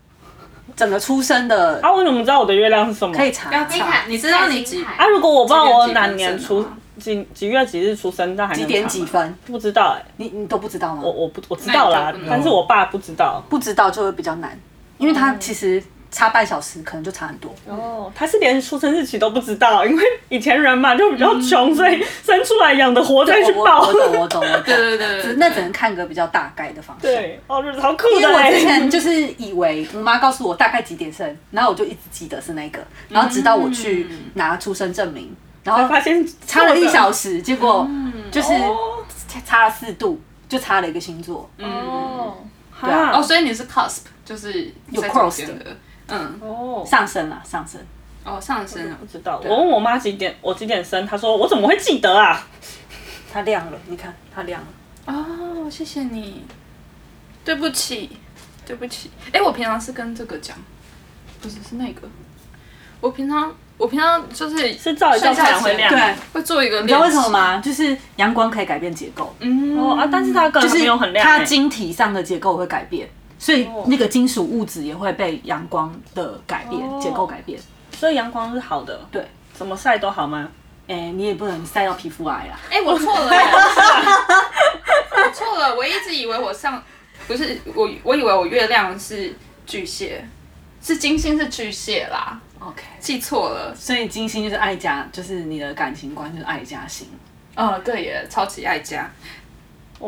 Speaker 1: 整个出生的
Speaker 3: 啊，我怎么知道我的月亮是什么？
Speaker 1: 可以查
Speaker 5: 要
Speaker 6: 你看
Speaker 5: 查，你知道你几？
Speaker 3: 啊，如果我不知道我哪
Speaker 5: 几月
Speaker 3: 年
Speaker 5: 几
Speaker 3: 出
Speaker 5: 公
Speaker 3: 几几月几日出生，那还能
Speaker 1: 几点
Speaker 3: 查吗
Speaker 1: 几？分，
Speaker 3: 不知道哎、
Speaker 1: 你你都不知道吗
Speaker 5: 哦
Speaker 3: 我？我不我知道
Speaker 5: 那
Speaker 3: 啦
Speaker 5: 你就不，能
Speaker 3: 但是我爸不知道。
Speaker 1: 不知道就会比较难，因为它其实差半小时可能就差很多。
Speaker 3: 哦，他是连出生日期都不知道，因为以前人嘛就比较穷，所以生出来养的活再去
Speaker 1: 我
Speaker 3: 报。
Speaker 1: 我懂我懂 我懂，
Speaker 5: 对对对
Speaker 1: 只
Speaker 5: 对
Speaker 1: 那只能看个比较大概的方式。
Speaker 3: 对，哦，这好酷
Speaker 1: 因
Speaker 3: 的
Speaker 1: 为我之
Speaker 3: 哎、
Speaker 1: 前就是以为我妈告诉我大概几点生，然后我就一直记得是那个，然后直到我去
Speaker 5: 嗯
Speaker 1: 拿出生证明，然后
Speaker 3: 发现
Speaker 1: 差了一
Speaker 3: 小。
Speaker 1: 小时，结果
Speaker 3: 嗯
Speaker 1: 就是
Speaker 3: 哦
Speaker 1: 差差了四度，就差了一个星座。
Speaker 3: 嗯
Speaker 6: 哦，
Speaker 1: 对啊
Speaker 5: 哦，所以你是 cusp，就是
Speaker 1: 有
Speaker 5: 在中
Speaker 1: cross
Speaker 5: 间的。嗯，
Speaker 3: 哦，
Speaker 1: 上升啊，上升。
Speaker 5: 哦，上升啊
Speaker 3: 不。知道。
Speaker 5: 对啊
Speaker 3: 我问我妈几点，我几点生，她说我怎么会记得啊？
Speaker 1: 它亮了，你看它亮了。
Speaker 5: 哦，谢谢你，对不起，对不起。哎，我平常是跟这个讲，不是是那个。我平常我平常就是
Speaker 3: 是照一照
Speaker 5: 睡觉
Speaker 3: 太阳会
Speaker 5: 前
Speaker 3: 亮。
Speaker 1: 对，
Speaker 5: 会做一个，
Speaker 1: 你知道为什么？吗？就是阳光可以改变结构，
Speaker 3: 哦啊，但是她个
Speaker 1: 就
Speaker 3: 人没
Speaker 1: 是
Speaker 3: 有很亮、哦
Speaker 1: 它
Speaker 3: 欸。
Speaker 1: 晶体上的结构会改变，所以那个金属物质也会被阳光的改变、
Speaker 3: 哦
Speaker 1: 结构改变。
Speaker 3: 所以阳光是好的。
Speaker 1: 对，
Speaker 3: 怎么晒都好吗？
Speaker 1: 哎、你也不能晒到皮肤癌啊！
Speaker 5: 哎，我错了，我错了，我一直以为我上不是我，我以为我月亮是巨蟹，是金星是巨蟹啦，
Speaker 1: OK，
Speaker 5: 记错了。
Speaker 1: 所以金星就是爱家，就是你的感情观就是爱家型。
Speaker 5: 嗯，对耶，超级爱家。
Speaker 3: 哦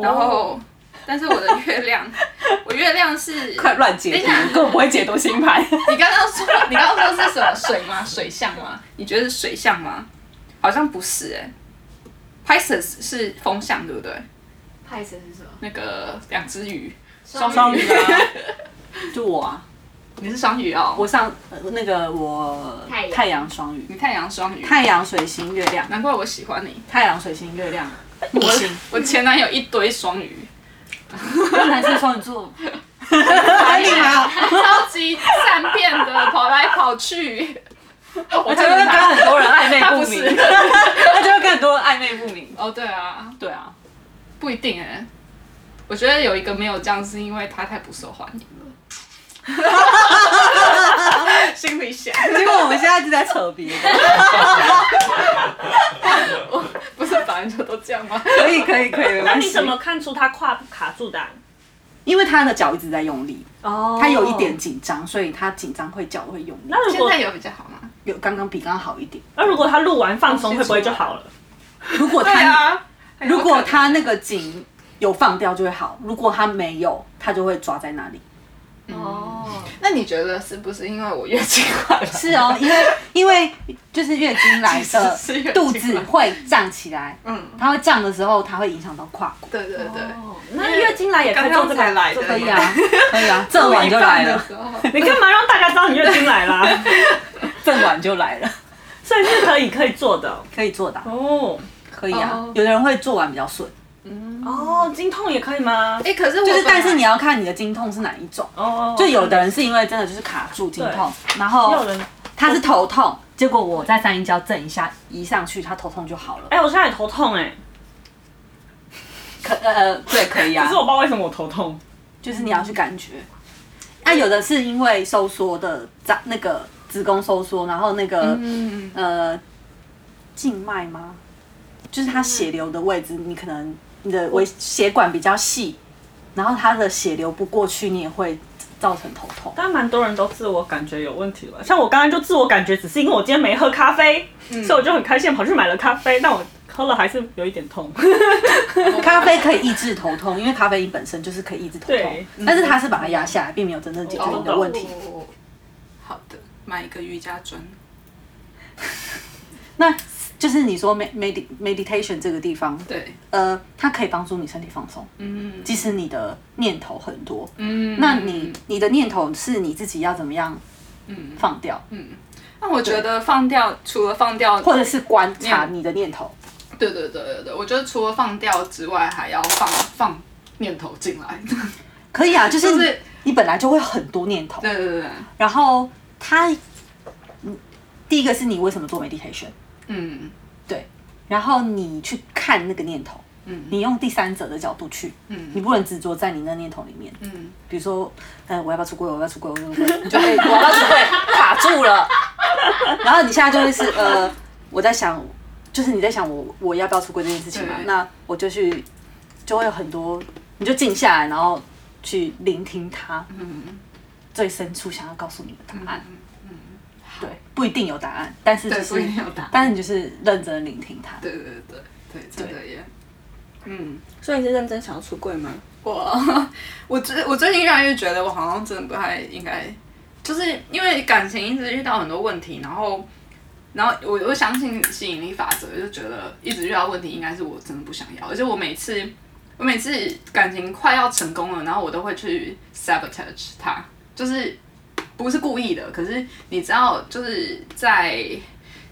Speaker 1: 哦
Speaker 5: 然后，但是我的月亮， 我月亮 是
Speaker 1: 快乱解
Speaker 5: 等一下
Speaker 1: 读，根本不会解读星 盘。
Speaker 5: 你刚刚说，你刚刚说是什么水吗？水象吗？你觉得是水象吗？好像不是哎、Pisces 是风象，对不对？
Speaker 6: 派神是什么？
Speaker 5: 那个两只鱼，
Speaker 6: 双
Speaker 1: 鱼啊，就我啊，
Speaker 5: 你是双鱼哦，
Speaker 1: 我上、呃那个我
Speaker 6: 太阳
Speaker 1: 太阳双鱼，
Speaker 5: 你太阳双鱼，
Speaker 1: 太阳水星月亮，
Speaker 5: 难怪我喜欢你。
Speaker 1: 太阳水星月亮木
Speaker 5: 我
Speaker 1: 星，
Speaker 5: 我前男友一堆双鱼，
Speaker 1: 当然是双鱼座。
Speaker 5: 你吗？超级善变的，跑来跑去。 我
Speaker 1: 他就会跟很多人暧昧
Speaker 5: 他
Speaker 1: 不
Speaker 5: 不
Speaker 1: 明
Speaker 5: 是，
Speaker 1: 他就会跟很多人暧昧不明。
Speaker 5: 哦，对啊，
Speaker 1: 对啊，
Speaker 5: 不一定哎、我觉得有一个没有这样，是因为他太不受欢迎了。 心里想，
Speaker 1: 结果我们现在就在扯别的。
Speaker 5: 不是本来就都这样吗？
Speaker 1: 可以可以可以，没
Speaker 3: 那
Speaker 1: 关
Speaker 3: 你
Speaker 1: 系
Speaker 3: 怎么看出她胯卡住的啊、
Speaker 1: 因为他的脚一直在用力，
Speaker 3: 哦
Speaker 1: 他有一点。紧张，所以他紧张会脚会用力。
Speaker 3: 那 如
Speaker 5: 现
Speaker 3: 果
Speaker 5: 在有比较好吗？
Speaker 1: 有刚刚比刚刚好 一点。
Speaker 3: 那如果她录完放松，会不会就好了？
Speaker 1: 如果
Speaker 5: 对
Speaker 1: 他
Speaker 5: 啊，
Speaker 1: 如果他那个紧有放掉就会好，如果他没有，他就会抓在那里。
Speaker 6: 哦，
Speaker 5: 那你觉得是不是因为我月经快了？
Speaker 1: 是哦，因为因为就是月经来的
Speaker 5: 其实是月经来
Speaker 1: 肚子会胀起来，
Speaker 5: 嗯，
Speaker 1: 它会胀的时候，它会影响到�胯骨。
Speaker 5: 对对对，
Speaker 3: 那月经来也可以做这个
Speaker 5: 来的
Speaker 3: 做这个
Speaker 5: 对
Speaker 1: 可以啊，可以啊，正晚就来了，
Speaker 3: 你干嘛让大家知道你月经来啦？
Speaker 1: 正晚就来了，
Speaker 3: 所以是可以可以做的
Speaker 1: 可以做的啊，
Speaker 3: 哦。
Speaker 1: 可以啊
Speaker 5: 哦。
Speaker 1: 有的人会做完比较顺，
Speaker 3: 哦，经痛也可以吗？
Speaker 5: 哎、可是我
Speaker 1: 就是
Speaker 5: 本来
Speaker 1: 但是你要看你的经痛是哪一种。
Speaker 3: 哦，
Speaker 1: 就有的人是因为真的就是卡住经痛，然
Speaker 3: 也有
Speaker 1: 后
Speaker 3: 人。
Speaker 1: 他是头痛，结果我在三阴交震一下，移上去他头痛就好了。
Speaker 3: 哎、我现在也头痛哎、
Speaker 1: 可呃呃，对，可以啊
Speaker 3: 可是。我不知道为什么我头痛。
Speaker 1: 就是你要去感觉。那、有的是因为收缩的长那个子宫收缩，然后那个、
Speaker 5: 嗯，
Speaker 1: 呃静脉吗？就是它血流的位置，你可能你的微血管比较细，然后它的血流不过去，你也会造成头 痛。
Speaker 3: 但蛮多人都自我感觉有问题吧，像我刚刚就自我感觉只是因为我今天没喝咖啡，所以我就很开心地跑去买了咖啡，但我喝了还是有一点痛。
Speaker 1: 咖啡可以抑制头痛，因为咖啡因本身就是可以抑制头痛
Speaker 3: 对，
Speaker 1: 但是它是把它压下来，并没有真正解决你的问题。
Speaker 5: 哦好的，买一个瑜伽砖。
Speaker 1: 那就是你说 med med meditation 这个地方，
Speaker 5: 对，
Speaker 1: 呃，它可以帮助你身体放松，
Speaker 5: 嗯
Speaker 1: 即使你的念头很多，
Speaker 5: 嗯
Speaker 1: 那你你的念头是你自己要怎么样
Speaker 5: 嗯
Speaker 1: 放掉，
Speaker 5: 那我觉得放掉，除了放掉，
Speaker 1: 或者是观察你的念头。
Speaker 5: 对对对对对，我觉得除了放掉之外，还要放放念头进来。
Speaker 1: 可以啊，就是
Speaker 5: 就
Speaker 1: 你,、
Speaker 5: 是
Speaker 1: 本来就会很多念头，
Speaker 5: 对对对对，
Speaker 1: 然后它，嗯第一个是你为什么做 meditation，
Speaker 5: 嗯
Speaker 1: 对，然后你去看那个念头，
Speaker 5: 嗯
Speaker 1: 你用第三者的角度去，
Speaker 5: 嗯
Speaker 1: 你不能执着在你那念头里面，
Speaker 5: 嗯，
Speaker 1: 比如说，呃，我要不要出柜？我要不要出柜？我要不要出柜？你就被我要不要出柜卡住了， 然后你现在就会是呃，我在想，就是你在想我我要不要出柜这件事情嘛？
Speaker 5: 对
Speaker 1: 那我就去，就会有很多，你就静下来，然后去聆听它，嗯，最深处想要告诉你的答案，嗯，对，不一定有答案，但是就
Speaker 5: 对，
Speaker 1: 是
Speaker 5: 不一定有答案。
Speaker 1: 但是你就是认真聆听它。
Speaker 5: 对对对对对，真的耶。嗯，
Speaker 3: 所以你是认真想要出柜吗？
Speaker 5: 我我最我最近越来越觉得我好像真的不太应该，就是因为感情一直遇到很多问题，然后然后我我相信吸引力法则，就觉得一直遇到问题应该是我真的不想要，而且我每次我每次感情快要成功了，然后我都会去 sabotage 它，就是不是故意的，可是你知道就是在。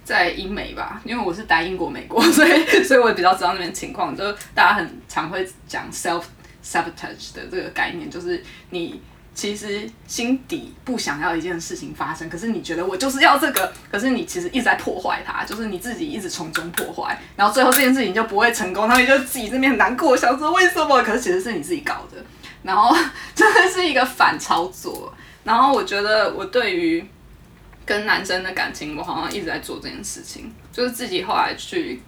Speaker 5: 在英美吧，因为我是待英国、美国， 所以所以我也比较知道那边情况，就是大家很常会讲 self sabotage 的这个概念，就是你其实心底不想要一件事情发生，可是你觉得我就是要这个，可是你其实一直在破坏它，就是你自己一直从中破坏，然后最后这件事情就不会成功，他们就自己这边很难过，想说为什么，可是其实是你自己搞的，然后 真的是一个反操作。然后我觉得我对于跟男生的感情，我好像一直在做这件事情，就是自己后来去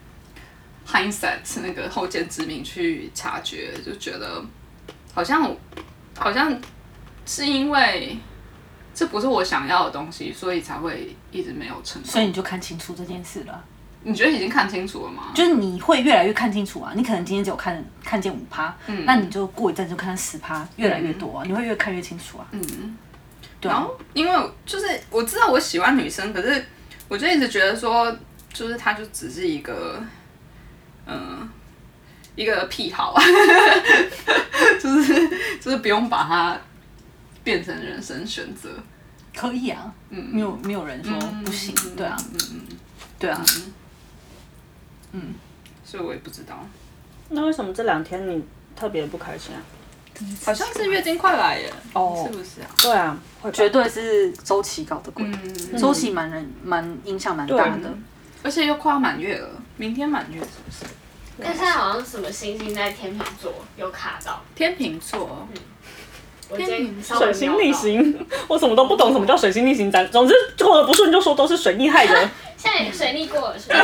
Speaker 5: hindsight 那个后见之明去察觉，就觉得好像我好像是因为这不是我想要的东西，所以才会一直没有成
Speaker 1: 所以
Speaker 5: 功。
Speaker 1: 你就看清楚这件事了，
Speaker 5: 你觉得已经看清楚了吗？
Speaker 1: 就是你会越来越看清楚啊。你可能今天只有看看见五趴，
Speaker 5: 嗯
Speaker 1: 那你就过一阵就看到十趴，越来越多啊，你会越看越清楚啊。
Speaker 5: 嗯，
Speaker 1: 对
Speaker 5: 然
Speaker 1: 啊，
Speaker 5: 后因为就是我知道我喜欢女生，可是我就一直觉得说，就是她就只是一个，嗯、一个癖好 啊，就是就是不用把它变成人生选择。
Speaker 1: 可以啊，嗯，没有没有人说不行，对啊，
Speaker 5: 嗯嗯嗯，
Speaker 1: 对啊，
Speaker 5: 所以我也不知道，
Speaker 3: 那为什么这两天你特别不开心啊？
Speaker 5: 好像是月经快来耶，
Speaker 1: 哦
Speaker 5: 是不是啊？
Speaker 3: 对啊，会吧
Speaker 1: 绝对是周期搞的鬼，
Speaker 5: 嗯，
Speaker 1: 周期蛮人蛮影响蛮大的
Speaker 3: 对，
Speaker 5: 而且又快要满月了，明天满月是不是？
Speaker 6: 但现在好像什么星星在天秤座有卡到，
Speaker 5: 天秤座，
Speaker 6: 我今天稍微
Speaker 3: 水
Speaker 6: 瞄到
Speaker 3: 星逆。行，我什么都不懂，什么叫水星逆行？咱总之过得不顺就说都是水逆害 的。
Speaker 6: 现在水逆过了，是吧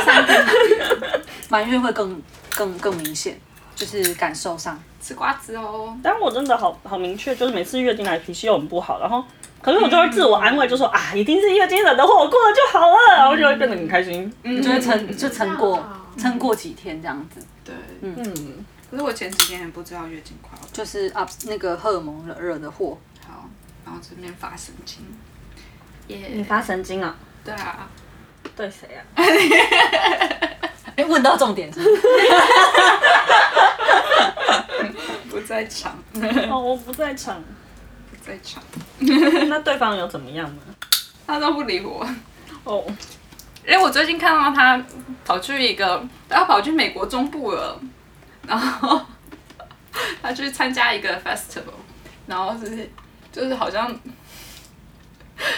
Speaker 1: 满月会更更更明显，就是感受上。
Speaker 5: 吃瓜子哦。
Speaker 3: 但我真的好好明确，就是每次月经来脾气又很不好，然后可是我就会自我安慰，就说、啊，一定是月经惹的祸，我过了就好了，然后就会变得很开心。
Speaker 5: 嗯，
Speaker 1: 就会撑就撑过
Speaker 6: 嗯
Speaker 1: 撑过几天这样子，
Speaker 5: 对，
Speaker 3: 嗯，
Speaker 5: 可是我前几天也不知道月经快要
Speaker 1: 就是 up 那个荷尔蒙惹惹的祸，
Speaker 5: 好，然后这边发神经，耶、
Speaker 3: 发神经啊？
Speaker 5: 对啊，
Speaker 3: 对谁啊？
Speaker 1: 哎，问到重点是不是
Speaker 5: 不在场，
Speaker 3: 哦，我不在 场。
Speaker 5: 不在场，
Speaker 3: 那对方有怎么样吗？
Speaker 5: 他都不理我。
Speaker 3: 哦，
Speaker 5: 哎、我最近看到他跑去一个，他跑去美国中部了，然后 他去参加一个 festival，然后就是就是好像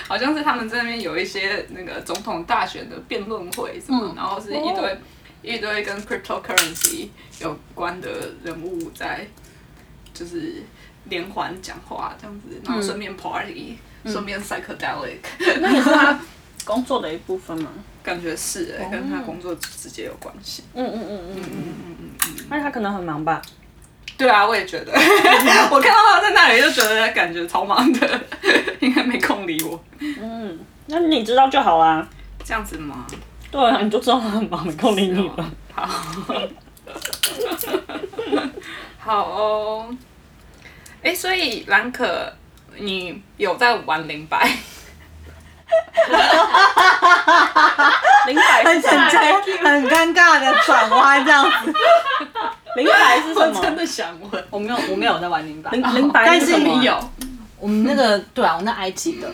Speaker 5: 好像是他们这边有一些那个总统大选的辩论会什么，然后是一堆、一堆跟 cryptocurrency 有关的人物在就是连环讲话这样子，然后顺便 party，顺、便 psychedelic，
Speaker 3: 那也是他工作的一部分吗？
Speaker 5: 感觉是、欸、跟他工作直接有关系。
Speaker 3: 嗯嗯嗯嗯嗯嗯嗯嗯，而且他可能很忙吧？
Speaker 5: 对啊，我也觉得， 我看到他在那里就觉得感觉超忙的， 应该没空理我，
Speaker 3: 那你知道就好啦。
Speaker 5: 这样子吗？
Speaker 3: 对啊，你就知道他很忙，没空理你 了。
Speaker 5: 好哦，哎、所以兰可，你有在玩零 白？
Speaker 3: 零白是
Speaker 1: 很
Speaker 3: 什么？
Speaker 1: 尴很尴尬的转弯这样子，
Speaker 3: 零白是什 么？
Speaker 4: 的想问，我没有，我没有在 玩零白，
Speaker 3: 零零白
Speaker 1: 但
Speaker 3: 是
Speaker 1: 是
Speaker 3: 什么啊？
Speaker 1: 你
Speaker 5: 有，
Speaker 4: 我们那个对啊，我那埃及的，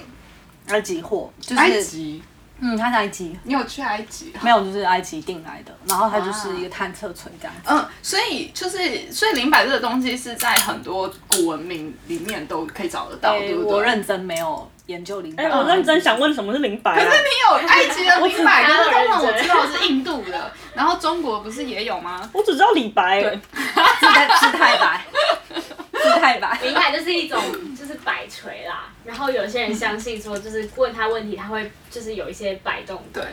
Speaker 1: 埃及货
Speaker 4: 就是
Speaker 5: 埃及，
Speaker 4: 嗯，他是埃及，
Speaker 5: 你有去埃及？
Speaker 4: 没有就是埃及订来的，然后它就是一个探测锤这样子。
Speaker 5: 嗯，所以就是，所以零摆这个东西是在很多古文明里面都可以找得到，哦对
Speaker 4: 诶
Speaker 5: 不对？
Speaker 4: 我认真没有研究零
Speaker 3: 哎、
Speaker 4: 白，
Speaker 3: 我认真想问什么是零白、
Speaker 5: 可是
Speaker 3: 啊？
Speaker 5: 你有埃及的明白，可
Speaker 6: 我
Speaker 5: 是
Speaker 6: 只知道
Speaker 5: 通常我
Speaker 6: 人
Speaker 5: 知道是印度的，然后中国不是也有吗？
Speaker 3: 我只知道李白，
Speaker 4: 是太是太白， 是太白。
Speaker 6: 明白就是一种就是摆锤啦，然后有些人相信说就是问他问题，他会就是有一些摆动，
Speaker 5: 对，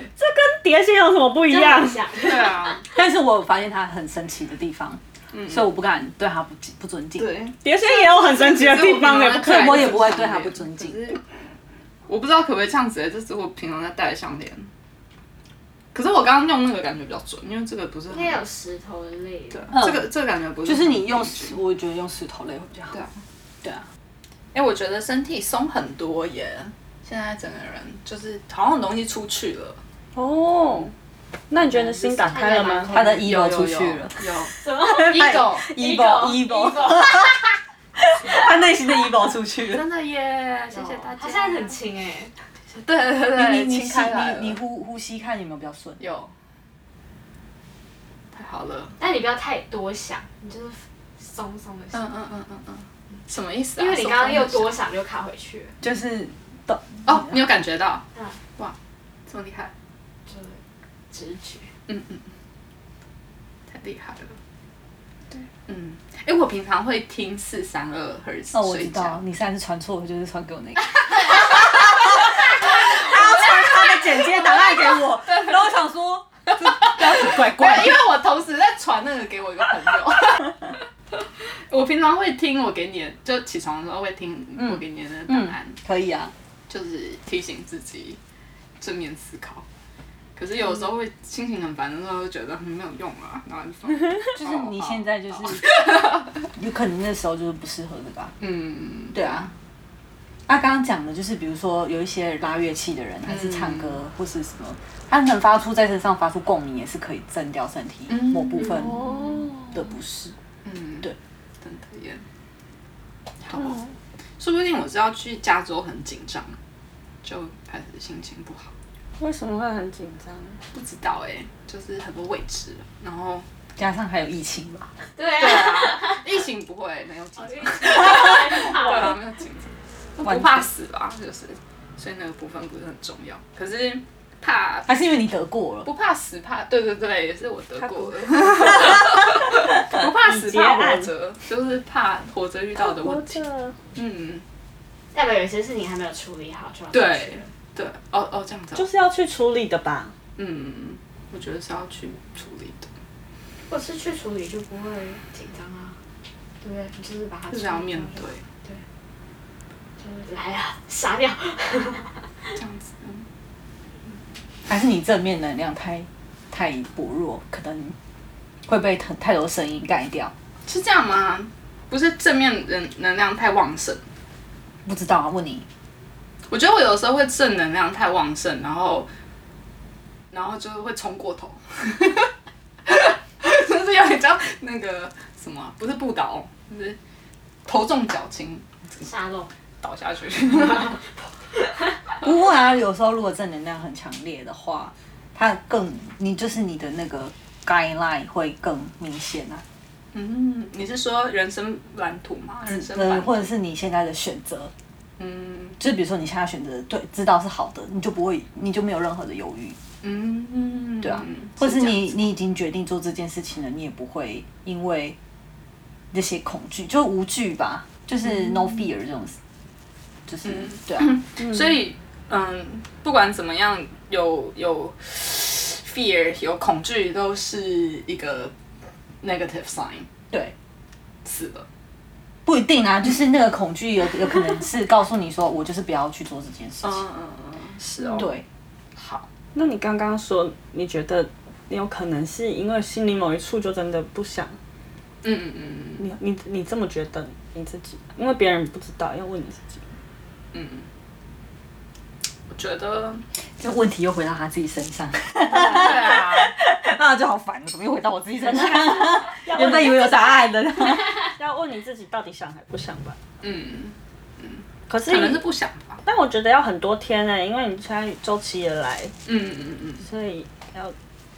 Speaker 3: 碟仙有什么不一
Speaker 6: 这
Speaker 3: 样
Speaker 6: 很？像。
Speaker 5: 对啊，
Speaker 4: 但是我有发现它很神奇的地方，所以我不敢对它不不尊敬。
Speaker 5: 对，
Speaker 3: 碟仙也有很神奇的地方哎、
Speaker 5: 只是我平常
Speaker 3: 不可以
Speaker 5: 在
Speaker 4: 我也不会对它不尊敬
Speaker 5: 可是我不知道可不可以这样子、欸，这是我平常在戴的项链。可是我刚刚用那个感觉比较准，因为这个不是很
Speaker 6: 应该有石头的类
Speaker 5: 对
Speaker 6: 的，，
Speaker 5: 这个这个感觉不是
Speaker 4: 就
Speaker 5: 很
Speaker 4: 是你用
Speaker 5: 平
Speaker 4: 石，
Speaker 5: 均
Speaker 4: 我觉得用石头类会比较好。
Speaker 5: 对啊，
Speaker 4: 对啊，
Speaker 5: 哎、我觉得身体松很多耶。现在整个人就是好像很东西出去了，
Speaker 3: 哦，那你觉得你的心打开了吗？
Speaker 4: 它的
Speaker 5: 有
Speaker 4: ego 出去了
Speaker 5: 有
Speaker 6: 什么？
Speaker 5: 有 ego，
Speaker 1: ，evil evil，他内心的 evil 出去了。
Speaker 5: 真的耶，谢谢大家。
Speaker 6: 他现在很轻哎，
Speaker 5: 对对对，
Speaker 1: 你
Speaker 5: 清开来了
Speaker 1: 你你呼呼吸看有没有比较顺？
Speaker 5: 有，太好了。
Speaker 6: 但你不要太多想，你就是松松的
Speaker 5: 嗯
Speaker 6: 想，
Speaker 5: 嗯嗯嗯嗯，什么意思啊？
Speaker 6: 因为你刚刚又
Speaker 5: 手
Speaker 6: 多想就卡回去了，
Speaker 1: 就是动
Speaker 5: 放哦，你有感觉到？
Speaker 6: 嗯
Speaker 5: 哇，这么厉害，
Speaker 6: 就是直觉。
Speaker 5: 嗯嗯，嗯太厉害了。对，嗯，哎，我平常会听四三二赫兹
Speaker 1: 哦，我
Speaker 5: 睡
Speaker 1: 知道
Speaker 5: 觉，，
Speaker 1: 你上次传错，就是传给我那个。他要传他的剪接档案给 我，然后我想说，这标题怪
Speaker 5: 对
Speaker 1: 怪的，
Speaker 5: 因为我同时在传那个给我一个朋友。我平常会听我给你的，就起床的时候会听我给你的那个档案，
Speaker 1: 可以啊，
Speaker 5: 就是提醒自己正面思考。可是有时
Speaker 1: 嗯
Speaker 5: 候会心情很烦的时候，就觉得很没有用啊，然后就放
Speaker 1: 就是你现在就是，哦 有可能那时候就是不适合的吧。
Speaker 5: 嗯，
Speaker 1: 对啊，啊，刚刚讲的就是，比如说有一些拉乐器的人，还是唱歌、或是什么，他能发出在身上发出共鸣，也是可以震掉身体某部分的不适。
Speaker 5: 嗯，
Speaker 1: 对，哦
Speaker 5: 真的耶。好，说不定我是要去加州很紧张，就开始心情不好，
Speaker 3: 为什么会很紧张？
Speaker 5: 不知道哎、就是很多未知，然 后
Speaker 1: 加上还有疫情吧，
Speaker 6: 对 啊，
Speaker 5: 疫情不会没有紧
Speaker 1: 哦
Speaker 5: 张，
Speaker 6: 很好
Speaker 5: 对啊，没有紧张，不怕死吧，就是，所以那个部分不是很重要，可是怕
Speaker 1: 还是因为你得过了，
Speaker 5: 不怕死，怕对对对，也是我得过的。 不怕死，
Speaker 3: 结案
Speaker 5: 怕活着，就是怕活着遇到的问题。
Speaker 3: 这
Speaker 5: 嗯，
Speaker 6: 代表有些事情还没有处理好，就要过去
Speaker 5: 对
Speaker 6: 了
Speaker 5: 对，哦哦，这样子哦、
Speaker 3: 就是要去处理的吧？
Speaker 5: 嗯，我觉得是要去处理的，
Speaker 6: 如果是去处理，就不会紧张啊，对不对？你就是把它
Speaker 5: 就是要面对，
Speaker 6: 就是来了， 杀掉。
Speaker 5: 这样子。嗯
Speaker 1: 还是你正面能量太太薄弱，可能会被太太多声音盖掉。
Speaker 5: 是这样吗？不是正面能能量太旺盛，
Speaker 1: 不知道啊，问你，
Speaker 5: 我觉得我有时候会正能量太旺盛，然后然后就会冲过头， 就是有点像那个什么啊，不是不倒，就是头重脚轻
Speaker 6: 沙漏，
Speaker 5: 倒下去。
Speaker 1: 不会啊，有时候如果正能量很强烈的话，它更你就是你的那个 guideline 会更明显啊。
Speaker 5: 嗯，你是说人生蓝图吗？人生
Speaker 1: 呃，
Speaker 5: 蓝图
Speaker 1: 或者是你现在的选择，
Speaker 5: 嗯
Speaker 1: 就比如说你现在选择对，知道是好的，你就不会，你就没有任何的犹豫，
Speaker 5: 嗯嗯，
Speaker 1: 对啊，或
Speaker 5: 这
Speaker 1: 者是
Speaker 5: 样
Speaker 1: 你
Speaker 5: 子
Speaker 1: 你已经决定做这件事情了，你也不会因为那些恐惧，就无惧吧，就是
Speaker 5: 嗯
Speaker 1: no fear 这种，就是、对啊，
Speaker 5: 所以嗯，不管怎么样，有有 fear 有恐惧都是一个 negative sign。
Speaker 1: 对，
Speaker 5: 死了。
Speaker 1: 不一定啊，就是那个恐惧有有可能是告诉你说，我就是不要去做这件事情。
Speaker 5: 嗯嗯嗯，是哦。，
Speaker 1: 对，
Speaker 5: 好，
Speaker 3: 那你刚刚说，你觉得你有可能是因为心里某一处就真的不想，
Speaker 5: 嗯嗯嗯
Speaker 3: 你你你这么觉得你自己，因为别人不知道，要问你自己。
Speaker 5: 嗯，我觉得
Speaker 1: 这问题又回到他自己身上，
Speaker 5: 对啊，
Speaker 1: 那就好烦，怎么又回到我自己 身上？原本以为有答案的，
Speaker 3: 要问你自己到底想还不想吧。
Speaker 5: 嗯，
Speaker 3: 可是
Speaker 5: 可，能是不想吧。
Speaker 3: 但我觉得要很多天呢、欸因为你现在周期也来，
Speaker 5: 嗯嗯嗯
Speaker 3: 所以要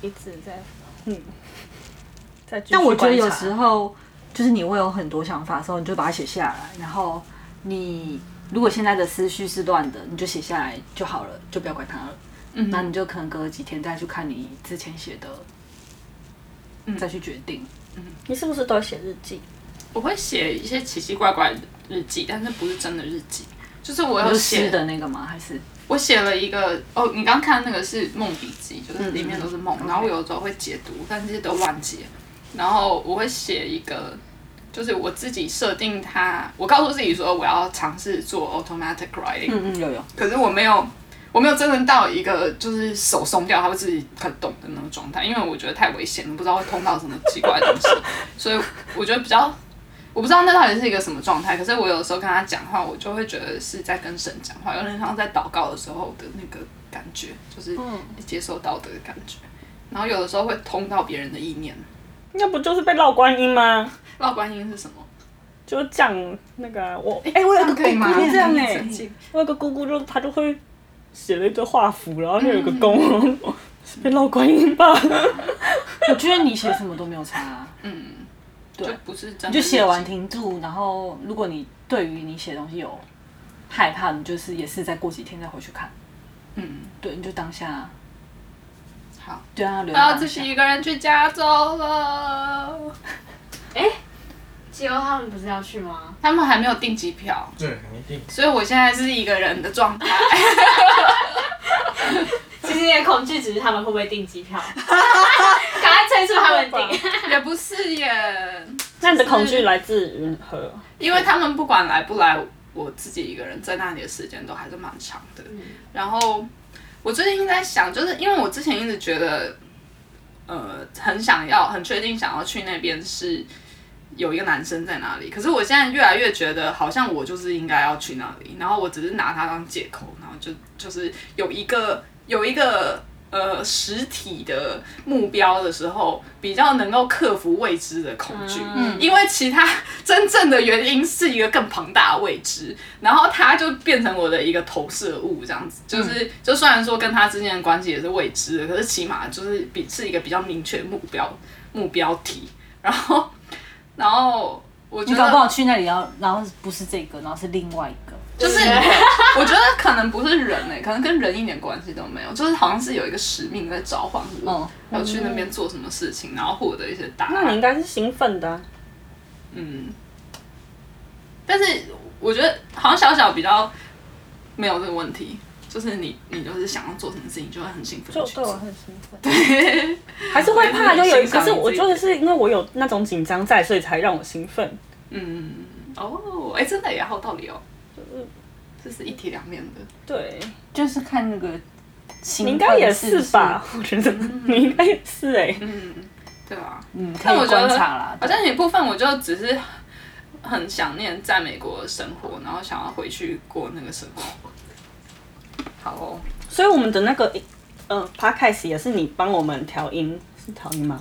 Speaker 3: 一直在，嗯，在。
Speaker 1: 但我觉得有时，候就是你会有很多想法的时候，你就把它写下来，然后你如果现在的思绪是乱的，你就写下来就好了，就不要管它了。嗯，那你就可能隔几天再去看你之前写的，
Speaker 5: 嗯
Speaker 1: 再去决定。
Speaker 3: 你是不是都有写日记？
Speaker 5: 我会写一些奇奇怪怪的日记，但是不是真的日记，就是我
Speaker 1: 有
Speaker 5: 有
Speaker 1: 诗
Speaker 5: 写
Speaker 1: 的那个吗？还是
Speaker 5: 我写了一个哦，你刚看的那个是梦笔记，就是里面都是梦，
Speaker 1: 嗯
Speaker 5: 然后我有时候会解读，但这些都乱解。然后我会写一个，就是我自己设定它，我告诉自己说我要尝试做 automatic writing，、
Speaker 1: 嗯嗯有有，
Speaker 5: 可是我没有，我没有真的到一个就是手松掉，它会自己很动的那种状态，因为我觉得太危险了，不知道会碰到什么奇怪的东 西，所以我觉得比较，我不知道那到底是一个什么状态。可是我有时候跟他讲话，我就会觉得是在跟神讲话，有点像在祷告的时候的那个感觉，就是
Speaker 1: 嗯
Speaker 5: 接受到的感觉。然后有的时候会通到别人的意念，
Speaker 3: 那不就是被绕观音吗？
Speaker 5: 绕观音是什么？
Speaker 3: 就讲那个啊、我，
Speaker 1: 哎、我有个
Speaker 5: 可以吗？
Speaker 1: 这样哎、
Speaker 5: 神奇
Speaker 3: 我有个姑姑就她就会写了一堆画符，然后就有个宫，是被绕观音吧？
Speaker 1: 我觉得你写什么都没有差、啊，
Speaker 5: 呃嗯，
Speaker 1: 对
Speaker 5: 就不是真的日记。
Speaker 1: 你就写完停住，然后如果你对于你写的东西有害怕，你就是也是再过几天再回去看，
Speaker 5: 嗯，
Speaker 1: 对，你就当下
Speaker 5: 好。
Speaker 1: 对啊，留
Speaker 5: 我要
Speaker 1: 到当
Speaker 5: 自
Speaker 1: 下
Speaker 5: 己一个人去加州了。
Speaker 6: 基欧他们不是要去 吗？
Speaker 5: 他们还没有订机票，
Speaker 7: 对，一定。
Speaker 5: 所以我现在是一个人的状态。
Speaker 6: 其实你的恐惧只是他们会不会订机 票，赶快催促他们 订。
Speaker 5: 也不是耶，
Speaker 3: 那你的恐惧来自于何？
Speaker 5: 因为他们不管来不来，我自己一个人在那里的时间都还是蛮长的。然后我最近在想，就是因为我之前一直觉得，呃，很想要，很确定想要去那边是有一个男生在那里。可是我现在越来越觉得，好像我就是应该要去那里，然后我只是拿它当借口，然后就就是有一个有一个。呃，实体的目标的时候，比较能够克服未知的恐惧，
Speaker 6: 嗯
Speaker 5: 因为其他真正的原因是一个更庞大的未知，然后它就变成我的一个投射物，这样子，就是、就虽然说跟他之间的关系也是未知的，可是起码就是比是一个比较明确的目标目标题，然后 然后我觉
Speaker 1: 你搞不
Speaker 5: 得
Speaker 1: 好去那里，然后然后不是这个，然后是另外一个。
Speaker 5: 就是我觉得可能不是人哎、可能跟人一点关系都没有，就是好像是有一个使命在召唤我
Speaker 1: 嗯，
Speaker 5: 要、去那边做什么事情，然后获得一些答案。
Speaker 3: 那你应该是兴奋的啊、
Speaker 5: 嗯，但是我觉得好像小小比较没有这个问题，就是你你就是想要做什么事情就会很兴奋地
Speaker 3: 就
Speaker 5: 去
Speaker 3: 哦对我
Speaker 5: 做，
Speaker 3: 很兴奋，
Speaker 5: 对，
Speaker 3: 还是会怕，就有一。
Speaker 5: 欣赏
Speaker 3: 可
Speaker 5: 你
Speaker 3: 是我
Speaker 5: 自己
Speaker 3: 觉得是因为我有那种紧张在，所以才让我兴奋。
Speaker 5: 嗯，哦，哎、真的也好有道理哦，这是一体两面的，
Speaker 3: 对，
Speaker 1: 就是看那个兴
Speaker 3: 你
Speaker 1: 奋
Speaker 3: 应该也
Speaker 1: 是
Speaker 3: 是
Speaker 1: 不是
Speaker 3: 吧？？我觉得 你应该也是哎、
Speaker 5: 嗯，对啊，
Speaker 1: 嗯，可
Speaker 5: 但我
Speaker 1: 以
Speaker 5: 觉得
Speaker 1: 观察啦。
Speaker 5: 好像有一部分我就只是很想念在美国的生活，然后想要回去过那个生活。好哦，
Speaker 3: 所以我们的那个嗯、呃、，podcast 也是你帮我们调音，是调音吗？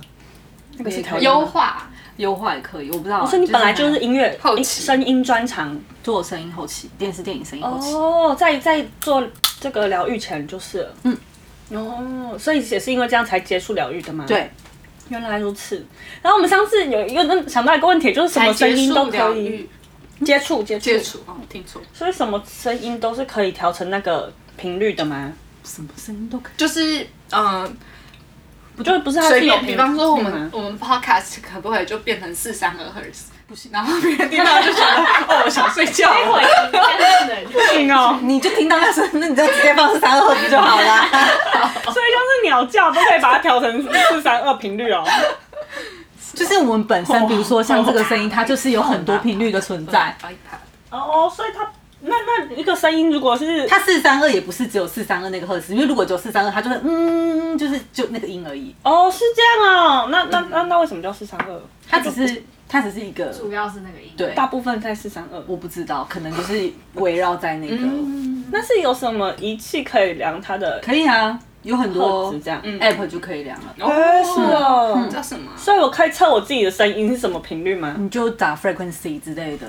Speaker 3: 那个是调音
Speaker 5: 优
Speaker 3: 吗。
Speaker 5: 化，
Speaker 1: 优化也可以，我不知道。
Speaker 3: 哦所以你本来就是
Speaker 1: 看
Speaker 3: 音乐
Speaker 5: 后期
Speaker 3: 音声音专长
Speaker 1: 做声音后期，电视电影声音后期。
Speaker 3: 哦，在在做这个疗愈前就是了
Speaker 1: 嗯。
Speaker 3: 哦，所以也是因为这样才接触疗愈的吗？，
Speaker 1: 对，
Speaker 3: 原来如此。然后我们上次有一个那想到一个问题，就是什么声音都可以接触接
Speaker 5: 接
Speaker 3: 触，
Speaker 5: 触哦，听错，
Speaker 3: 所以什么声音都是可以调成那个频率的吗？
Speaker 1: 什么声音都可以。
Speaker 5: 就是嗯，
Speaker 3: 不就不是它
Speaker 5: 随
Speaker 3: 是有
Speaker 5: 便，比方说我
Speaker 3: 频率
Speaker 5: 们
Speaker 3: 吗
Speaker 5: 我们 podcast 可不可以就变成四三二 hertz？不行，然后别人听到就觉得哦，我想睡觉了。
Speaker 6: 我应该不能。
Speaker 3: 不行哦，
Speaker 1: 你就听到那声，那你就直接放三二不就好 了？
Speaker 3: 所以像是鸟叫都可以把它调成四三二频率哦。
Speaker 1: 就是我们本身，比如说像这个声音，它就是有很多频率的存
Speaker 5: 哎
Speaker 1: 在。
Speaker 3: 哦，所以它那那一个声音如果是
Speaker 1: 它四三二也不是只有四三二那个赫兹，因为如果只有四三二，它就会嗯，就是就那个音而已。
Speaker 3: 哦是这样哦，那那那那为什么叫四三二？
Speaker 1: 嗯它只是它只是一个，
Speaker 6: 主要是那个音。
Speaker 1: 对
Speaker 3: 大部分在四三二，
Speaker 1: 我不知道，可能就是围绕在那个。
Speaker 3: 那是有什么仪器可以量它的？
Speaker 1: 可以啊，有很多
Speaker 3: 赫兹这样嗯
Speaker 1: app 就可以量了。
Speaker 3: 哎是哦，
Speaker 5: 叫什么啊？
Speaker 3: 所以我可以测我自己的声音是什么频率吗？
Speaker 1: 你就打 frequency 之类的，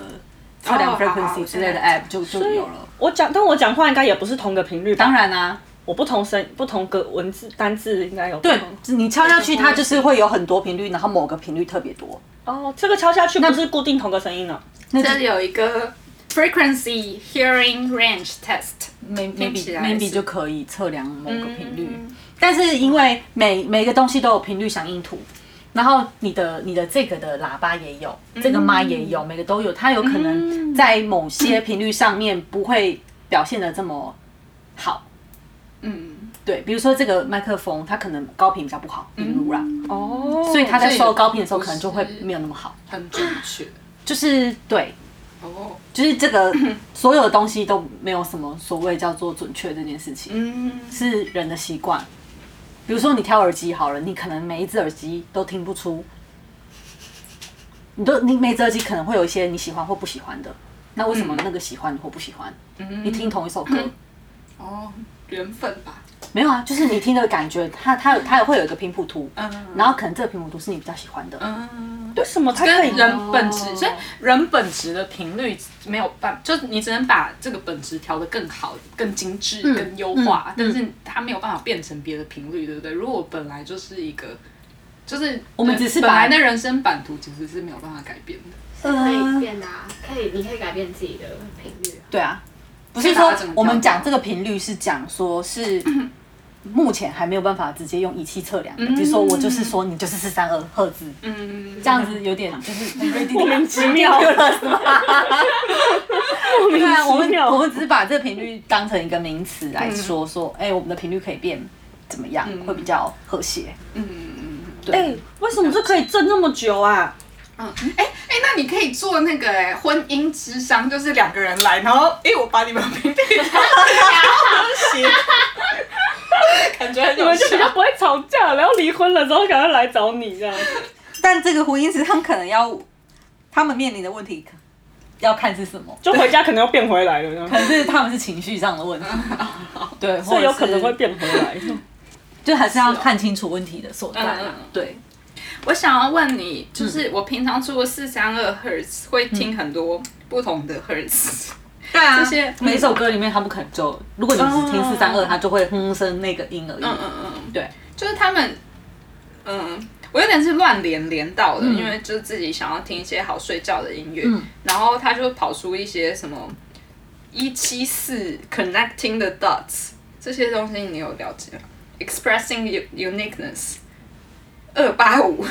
Speaker 1: 测量
Speaker 5: 哦好好好
Speaker 1: frequency
Speaker 5: 我
Speaker 1: 之
Speaker 5: 现
Speaker 1: 类
Speaker 5: 在
Speaker 1: 的 app 就就有了。
Speaker 3: 我讲，但我讲话应该也不是同个频率吧？
Speaker 1: 当，然啊，
Speaker 3: 我不同声、不同个文字单字应该有不
Speaker 5: 嗯
Speaker 1: 对
Speaker 3: 同
Speaker 1: 你敲下去，它就是会有很多频率，然后某个频率特别多。
Speaker 3: 哦，这个敲下去不是固定同个声音哦。
Speaker 5: 这里有一个 frequency hearing range test，听
Speaker 1: maybe
Speaker 5: 起来是嗯
Speaker 1: maybe 就可以测量某个频率，但是因为每每个东西都有频率响应图，然后你的你的这个的喇叭也有，
Speaker 5: 嗯
Speaker 1: 这个麦也有，每个都有，它有可能在某些频率上面不会表现的这么好。
Speaker 5: 嗯，
Speaker 1: 对，比如说这个麦克风，它可能高频比较不好，比
Speaker 5: 嗯
Speaker 1: 如啦，
Speaker 3: 哦，
Speaker 1: 所以它在
Speaker 5: 所以
Speaker 1: 收高频的时候可能
Speaker 5: 不
Speaker 1: 就会
Speaker 5: 是
Speaker 1: 没有那么好。
Speaker 5: 很准确。
Speaker 1: 就是对，
Speaker 5: 哦，
Speaker 1: 就是这 个所有的东西都没有什么所谓叫做准确这件事情。
Speaker 5: 嗯，
Speaker 1: 是人的习惯。比如说你挑耳机好了，你可能每一只耳机都听不出，你都你每只耳机可能会有一些你喜欢或不喜欢的。那为什么那个喜欢或不喜欢？
Speaker 5: 嗯
Speaker 1: 你听同一首歌，
Speaker 5: 哦，缘分吧。
Speaker 1: 没有啊，就是你听的感 觉，它它有它也会有一个频谱图，
Speaker 5: 嗯
Speaker 1: 然后可能这个频谱图是你比较喜欢的。
Speaker 5: 嗯，
Speaker 3: 为什么它可以
Speaker 5: 跟？人本质，所以人本质的频率没有办，就是你只能把这个本质调得更好、更精致、更优化，但是它没有办法变成别的频率，对不对？如果本来就是一个。就是
Speaker 1: 我们只是把
Speaker 5: 本来的人生版图其实是没有办法改变的，
Speaker 6: 是可
Speaker 1: 呃
Speaker 6: 以变的啊，可以，你可以改变自己的频率啊。
Speaker 1: 对啊，不是说我们讲这个频率是讲说 是目前还没有办法直接用仪器测量的，比如说我就是说你就是四三二赫兹，
Speaker 5: 嗯，
Speaker 1: 这样子有点就是莫
Speaker 3: 名其 妙
Speaker 1: 了，是吧？莫名我
Speaker 3: 其
Speaker 1: 们
Speaker 3: 妙
Speaker 1: 我们只是把这个频率当成一个名词来说，说哎、我们的频率可以变怎么样，会比较和谐。嗯
Speaker 3: 哎，为什么这可以震那么久 啊？
Speaker 5: 嗯，哎、哎、那你可以做那个哎、婚姻之商，就是两个人来，然后哎、我把你们屏蔽掉， 感觉很
Speaker 3: 你
Speaker 5: 有
Speaker 3: 们就
Speaker 5: 效
Speaker 3: 比。较不会吵架，然后离婚了之后赶快来找你这样。
Speaker 1: 但这个婚姻实际上可能要他们面临的问题，可要看是什么，
Speaker 3: 就回家可能又变回来了，这样
Speaker 1: 可能是他们是情绪上的问题，
Speaker 5: 嗯
Speaker 1: 对，
Speaker 3: 所以有可能
Speaker 1: 或
Speaker 3: 会
Speaker 1: 者是
Speaker 3: 变回来。
Speaker 1: 就还是要看清楚问题的所在
Speaker 5: 哦嗯嗯
Speaker 1: 啊
Speaker 5: 嗯。
Speaker 1: 对，
Speaker 5: 我想要问你，
Speaker 1: 嗯
Speaker 5: 就是我平常除了四三二 hertz 会听很多不同的 hertz，、
Speaker 1: 对啊
Speaker 5: 这些
Speaker 1: 每首歌里面他们可能就，如果你只听四三二，他就会哼声那个音而已。
Speaker 5: 嗯嗯嗯，
Speaker 1: 对，
Speaker 5: 就是他们，嗯，我有点是乱连连到的，因为就是自己想要听一些好睡觉的音乐，
Speaker 1: 嗯
Speaker 5: 然后他就跑出一些什么一七四 connecting the dots 这些东西，你有了解吗？expressing u- uniqueness 二八五，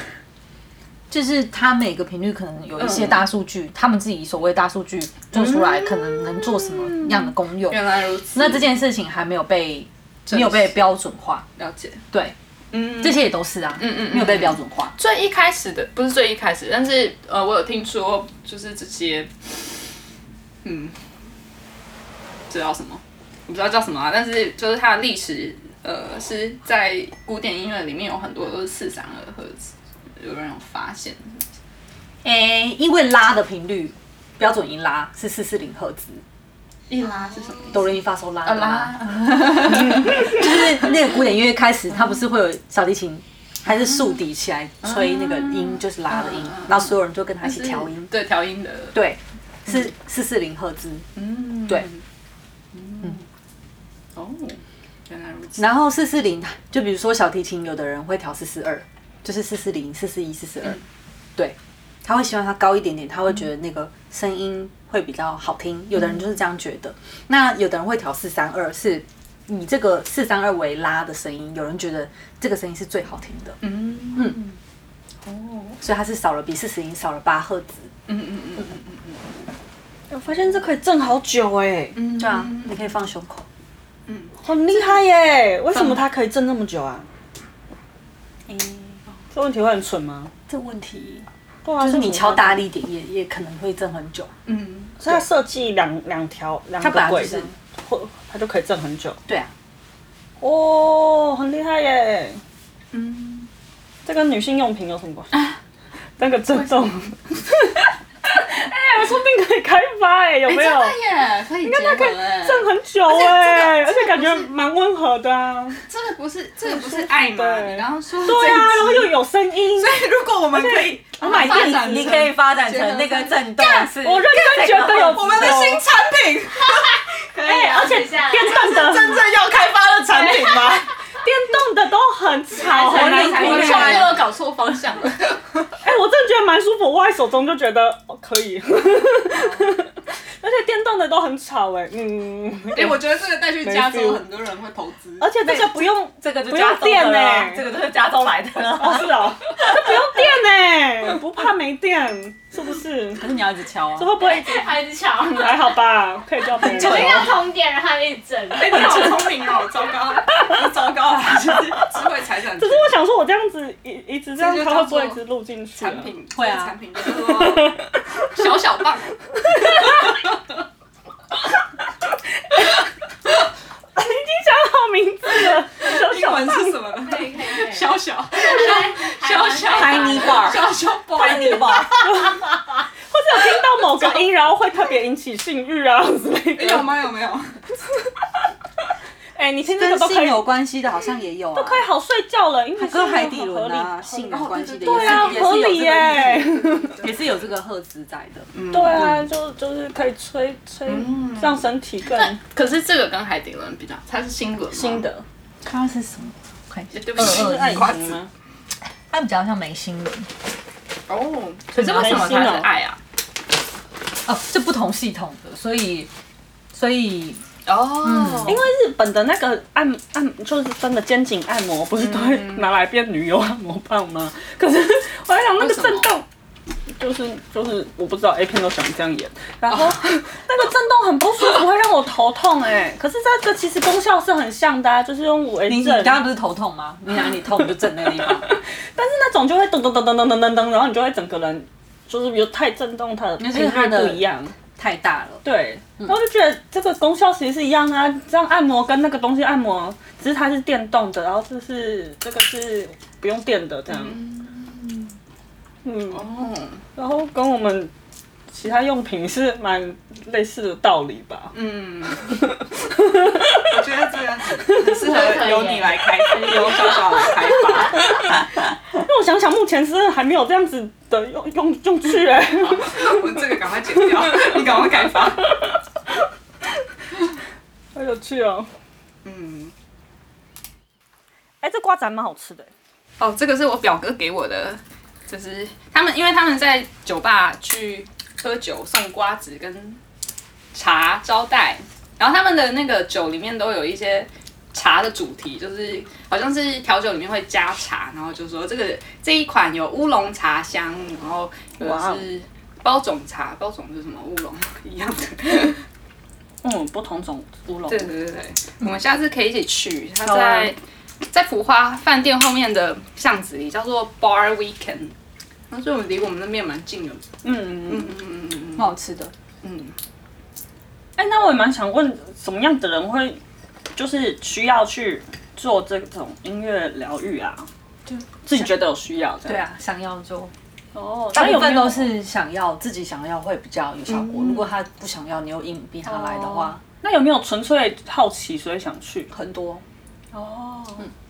Speaker 1: 就是它每个频率可能有一
Speaker 5: 嗯
Speaker 1: 些大数据，他们自己所谓大数据做出来，可能能做什么样的功用？
Speaker 5: 原来如此，
Speaker 1: 那这件事情还没有被没有被标准化，
Speaker 5: 了解，
Speaker 1: 对，
Speaker 5: 嗯，
Speaker 1: 这些也都是啊，
Speaker 5: 嗯嗯嗯
Speaker 1: 没有被标准化。
Speaker 5: 最一开始的不是最一开始，但是呃，我有听说就是这些，嗯，这叫什么？我不知道叫什么、啊，但是就是它的历史，呃，是在古典音乐里面有很多都是四三二赫兹，有人有发现。
Speaker 1: 诶、因为拉的频率标准音拉是四四零赫兹，
Speaker 5: 一拉是什么？啊
Speaker 1: 哆来咪发嗦拉
Speaker 5: 二
Speaker 1: 的拉，， 就是那个古典音乐开始，它不是会有小提琴还是竖笛起来吹那个音，就是拉的音，然后所有人就跟他一起调音。
Speaker 5: 对调音的，
Speaker 1: 对，是四四零赫兹。
Speaker 5: 嗯，
Speaker 1: 对，嗯
Speaker 5: 哦，原来如此。
Speaker 1: 然后四四零，就比如说小提琴，有的人会调四四二，就是四四零、四四一、四四二，对，他会希望它高一点点，他会觉得那个声音会比较好听。有的人就是这样觉得，那有的人会调四三二，是以这个四三二为拉的声音，有人觉得这个声音是最好听的，
Speaker 5: 嗯
Speaker 1: 嗯
Speaker 5: 哦，
Speaker 1: 所以它是少了比四四零少了八赫兹。
Speaker 5: 嗯嗯嗯
Speaker 3: 我发现这可以震好久哎，
Speaker 5: 嗯，
Speaker 1: 对啊，你可以放胸口。
Speaker 3: 很厉害耶！为什么它可以震那么久啊？
Speaker 1: 诶
Speaker 3: 这这问题会很蠢吗？
Speaker 1: 这问题
Speaker 3: 对啊，
Speaker 1: 就是你敲
Speaker 3: 打，
Speaker 1: 大力一点也也可能会震很久。
Speaker 5: 嗯
Speaker 3: 所以它设计两两条两
Speaker 1: 它本
Speaker 3: 个
Speaker 1: 来
Speaker 3: 轨
Speaker 1: 就是
Speaker 3: 子，或它就可以震很久。
Speaker 1: 对啊，
Speaker 3: 哦，很厉害耶！嗯，这跟女性用品有什么关系？那个震动，哎，我说不定可以开发哎，有没有？
Speaker 5: 耶，可以结
Speaker 3: 它可以
Speaker 5: 婚哎。
Speaker 3: 震很久哎，而且感觉蛮温和的啊。
Speaker 5: 这个不是这个不是爱吗？
Speaker 3: 对
Speaker 5: 你刚刚说
Speaker 3: 对啊，然后又有声音，
Speaker 1: 如果我们可以买
Speaker 5: 发展成
Speaker 1: 电啊子，你可以发展成那个震动是。
Speaker 3: 我认真觉得有
Speaker 1: 我们的新
Speaker 3: 产品，
Speaker 6: 可以啊，
Speaker 3: 哎而且
Speaker 6: 等一下
Speaker 3: 电动的
Speaker 1: 真正要开发的产品吗？
Speaker 3: 电动的都很吵，很难
Speaker 5: 才
Speaker 3: 听
Speaker 5: 会
Speaker 3: 哎。
Speaker 5: 又搞错方向了。
Speaker 3: 哎、我真的觉得蛮舒服，握在手中就觉得、哦、可以， 而且电动的都很吵哎、嗯，
Speaker 5: 哎，我觉得这个带去加州很多人会投资。
Speaker 3: 而且这个不用
Speaker 1: 这个就
Speaker 3: 不
Speaker 1: 加
Speaker 3: 用
Speaker 1: 州
Speaker 3: 电
Speaker 1: 的
Speaker 3: 呢、
Speaker 1: 啦这个就是加州来的啦。
Speaker 3: 哦是哦，这不用电呢、不怕没电，是不是？
Speaker 1: 可是你要一直敲啊
Speaker 3: 这。会不会
Speaker 6: 还是 巧，
Speaker 3: 还好吧？可以叫别人
Speaker 1: 就
Speaker 6: 我一定
Speaker 3: 来。
Speaker 6: 要通电，让他一直 震。
Speaker 5: 哎，你好聪明哦，糟糕，你糟糕了，
Speaker 1: 啊
Speaker 5: 就是 智慧财产
Speaker 3: 只
Speaker 5: 权
Speaker 3: 是我想说，我这样子一一直这样，
Speaker 5: 这就
Speaker 3: 它
Speaker 5: 叫
Speaker 3: 会不
Speaker 5: 做
Speaker 3: 会一直录进去、啊？
Speaker 5: 产 品，
Speaker 1: 会啊
Speaker 5: 这个产品叫做小小棒。
Speaker 3: 已经想好名字了，小
Speaker 5: 英
Speaker 3: 小
Speaker 5: 文是什么呢？
Speaker 6: 可以可以可以
Speaker 5: 小小
Speaker 6: 还蛮
Speaker 5: 小
Speaker 6: 开发
Speaker 1: Tiny bar
Speaker 6: 的
Speaker 5: 小小棒，
Speaker 1: Tiny bar，
Speaker 3: 或者有听到 某个音，然后会特别引起性欲啊之类的。
Speaker 5: 有吗？有没有？
Speaker 3: 哎、你听这个
Speaker 1: 跟
Speaker 3: 都可
Speaker 1: 性
Speaker 3: 以
Speaker 1: 有关系的，好像也有啊。
Speaker 3: 快好睡觉了，因为
Speaker 1: 跟海底轮啊，
Speaker 3: 性
Speaker 1: 性有关系的
Speaker 3: 对啊，
Speaker 1: 也是
Speaker 3: 合理
Speaker 1: 也是有
Speaker 3: 耶、
Speaker 1: 这个也是有这个赫兹在的。
Speaker 3: 对啊，就就是可以吹吹，
Speaker 1: 嗯
Speaker 3: 让身体更
Speaker 5: 可是这个跟海底轮比较，它是新轮吗，
Speaker 3: 新的。
Speaker 1: 它是什么？看一下，
Speaker 5: 对不起，
Speaker 1: 嗯嗯
Speaker 3: 爱
Speaker 5: 瓜
Speaker 3: 情
Speaker 5: 子
Speaker 3: 吗？
Speaker 1: 它比较像眉心轮
Speaker 5: 哦，可是为什么它是爱啊？
Speaker 1: 哦，是不同系统的，所以所以
Speaker 5: 哦，
Speaker 3: 因为日本的那个按按，就是真的肩颈按摩，不是都会拿来变旅游按摩棒吗？
Speaker 1: 嗯
Speaker 3: 可是我在想那个震动。就是就是，我不知道 A 片都喜欢这样演，然
Speaker 1: 哦
Speaker 3: 后 那个震动很不舒服，会让我头痛哎、可是这个其实功效是很像的、啊，就是用微
Speaker 1: 你你
Speaker 3: 震
Speaker 1: 刚，刚不是头痛吗？你哪里痛就震那个地方。
Speaker 3: 但是那种就会噔噔噔噔噔噔噔噔，然后你就会整个人就是有太震动，它的
Speaker 1: 那
Speaker 3: 频
Speaker 1: 就是它
Speaker 3: 率
Speaker 1: 的
Speaker 3: 不一样。
Speaker 1: 太大了，
Speaker 3: 对，
Speaker 5: 嗯
Speaker 3: 然后就觉得这个功效其实是一样啊，这样按摩跟那个东西按摩，只是它是电动的，然后这是这个是不用电的这样。嗯，
Speaker 5: 哦，
Speaker 3: 然后跟我们其他用品是蛮类似的道理吧。
Speaker 5: 嗯，我觉得这个很适合由你来 开，由小小来开发。
Speaker 3: 因为我想想，目前是还没有这样子的用用用具 哎、
Speaker 5: 我这个赶快剪掉，你赶快开发。
Speaker 3: 好有趣哦。
Speaker 5: 嗯，
Speaker 3: 哎、这瓜子还蛮好吃的、
Speaker 5: 哦，这个是我表哥给我的，就是他们，因为他们在酒吧去喝酒送瓜子跟茶招待，然后他们的那个酒里面都有一些茶的主题，就是好像是调酒里面会加茶，然后就说这个这一款有乌龙茶香，然后有
Speaker 3: 哇
Speaker 5: 的
Speaker 3: 哦
Speaker 5: 是包种茶，包种是什么乌龙 一样的。
Speaker 3: 嗯，不同种乌龙
Speaker 5: 对对对对，我们下次可以一起去，他在在福花饭店后面的巷子里，叫做 Bar Weekend。那所以我们离我们那边蛮近的，
Speaker 3: 嗯。
Speaker 5: 嗯嗯嗯
Speaker 1: 蛮好吃的。
Speaker 5: 嗯
Speaker 3: 哎、那我也蛮想问，什么样的人会就是需要去做这种音乐疗愈啊？
Speaker 1: 就
Speaker 3: 自己觉得有需要，对
Speaker 1: 对。啊，想要就
Speaker 3: 哦，
Speaker 1: 大
Speaker 3: 那
Speaker 1: 部
Speaker 3: 有没
Speaker 1: 分
Speaker 3: 有
Speaker 1: 都是想要自己想要会比较有效果。如果他不想要，你又硬逼他来的话，
Speaker 3: 那有没有纯粹好奇所以想去？
Speaker 1: 很多
Speaker 3: 哦，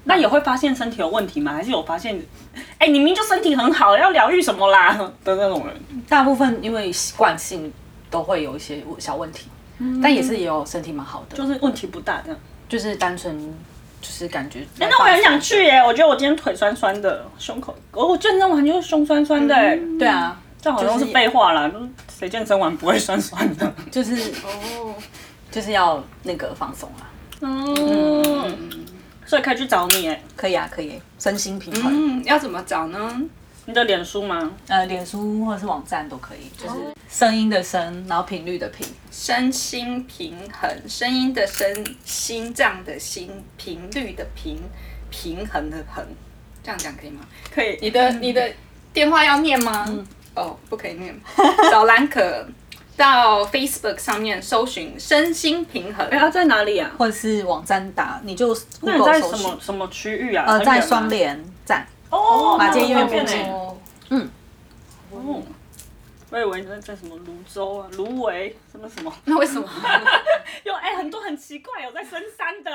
Speaker 3: 那也会发现身体有问题吗？还是有发现？哎、你明明就身体很好，要疗愈什么啦的那种人？
Speaker 1: 大部分因为习惯性都会有一些小问题，但也是也有身体蛮好的，嗯
Speaker 3: 就
Speaker 1: 就是
Speaker 3: 问题不大这样。
Speaker 1: 就是单纯就是感觉。
Speaker 3: 哎、那我很想去耶、我觉得我今天腿酸酸的，胸口，哦我我健身完就是胸酸酸的、欸，
Speaker 1: 对啊，
Speaker 3: 这好像是
Speaker 1: 就是
Speaker 3: 废话啦，就是谁健身完不会酸酸的？
Speaker 1: 就是
Speaker 5: 哦，
Speaker 1: 就是要那个放松啊，
Speaker 3: 嗯，所以可以去找你哎、
Speaker 1: 可以啊，可以，身心平衡。
Speaker 5: 嗯，要怎么找呢？
Speaker 3: 你的脸书吗？
Speaker 1: 呃，脸书或者是网站都可以，
Speaker 3: 哦
Speaker 1: 就是声音的声，然后频率的频，
Speaker 5: 身心平衡，声音的声，心脏的心，频率的频，平衡的衡，这样讲可以吗？
Speaker 3: 可以，
Speaker 5: 你的你的电话要念吗？哦，不可以念。 找兰可到 Facebook 上面搜寻身心平衡。
Speaker 3: 哎，它在哪里啊？
Speaker 1: 或者是网站打，你就
Speaker 3: 那你
Speaker 1: Google
Speaker 3: 在
Speaker 1: 搜
Speaker 3: 什
Speaker 1: 寻
Speaker 3: 么，什么区域啊？
Speaker 1: 呃，
Speaker 3: 很远
Speaker 1: 在
Speaker 3: 吗
Speaker 1: 双联站，
Speaker 3: 哦，
Speaker 1: 马街医院
Speaker 3: 那很方便
Speaker 1: 附
Speaker 3: 欸
Speaker 5: 哦
Speaker 3: 哦，我以为你在在什么泸州啊、芦苇什么什么。
Speaker 5: 那为什么？
Speaker 3: 有哎、很多很奇怪有在深山的，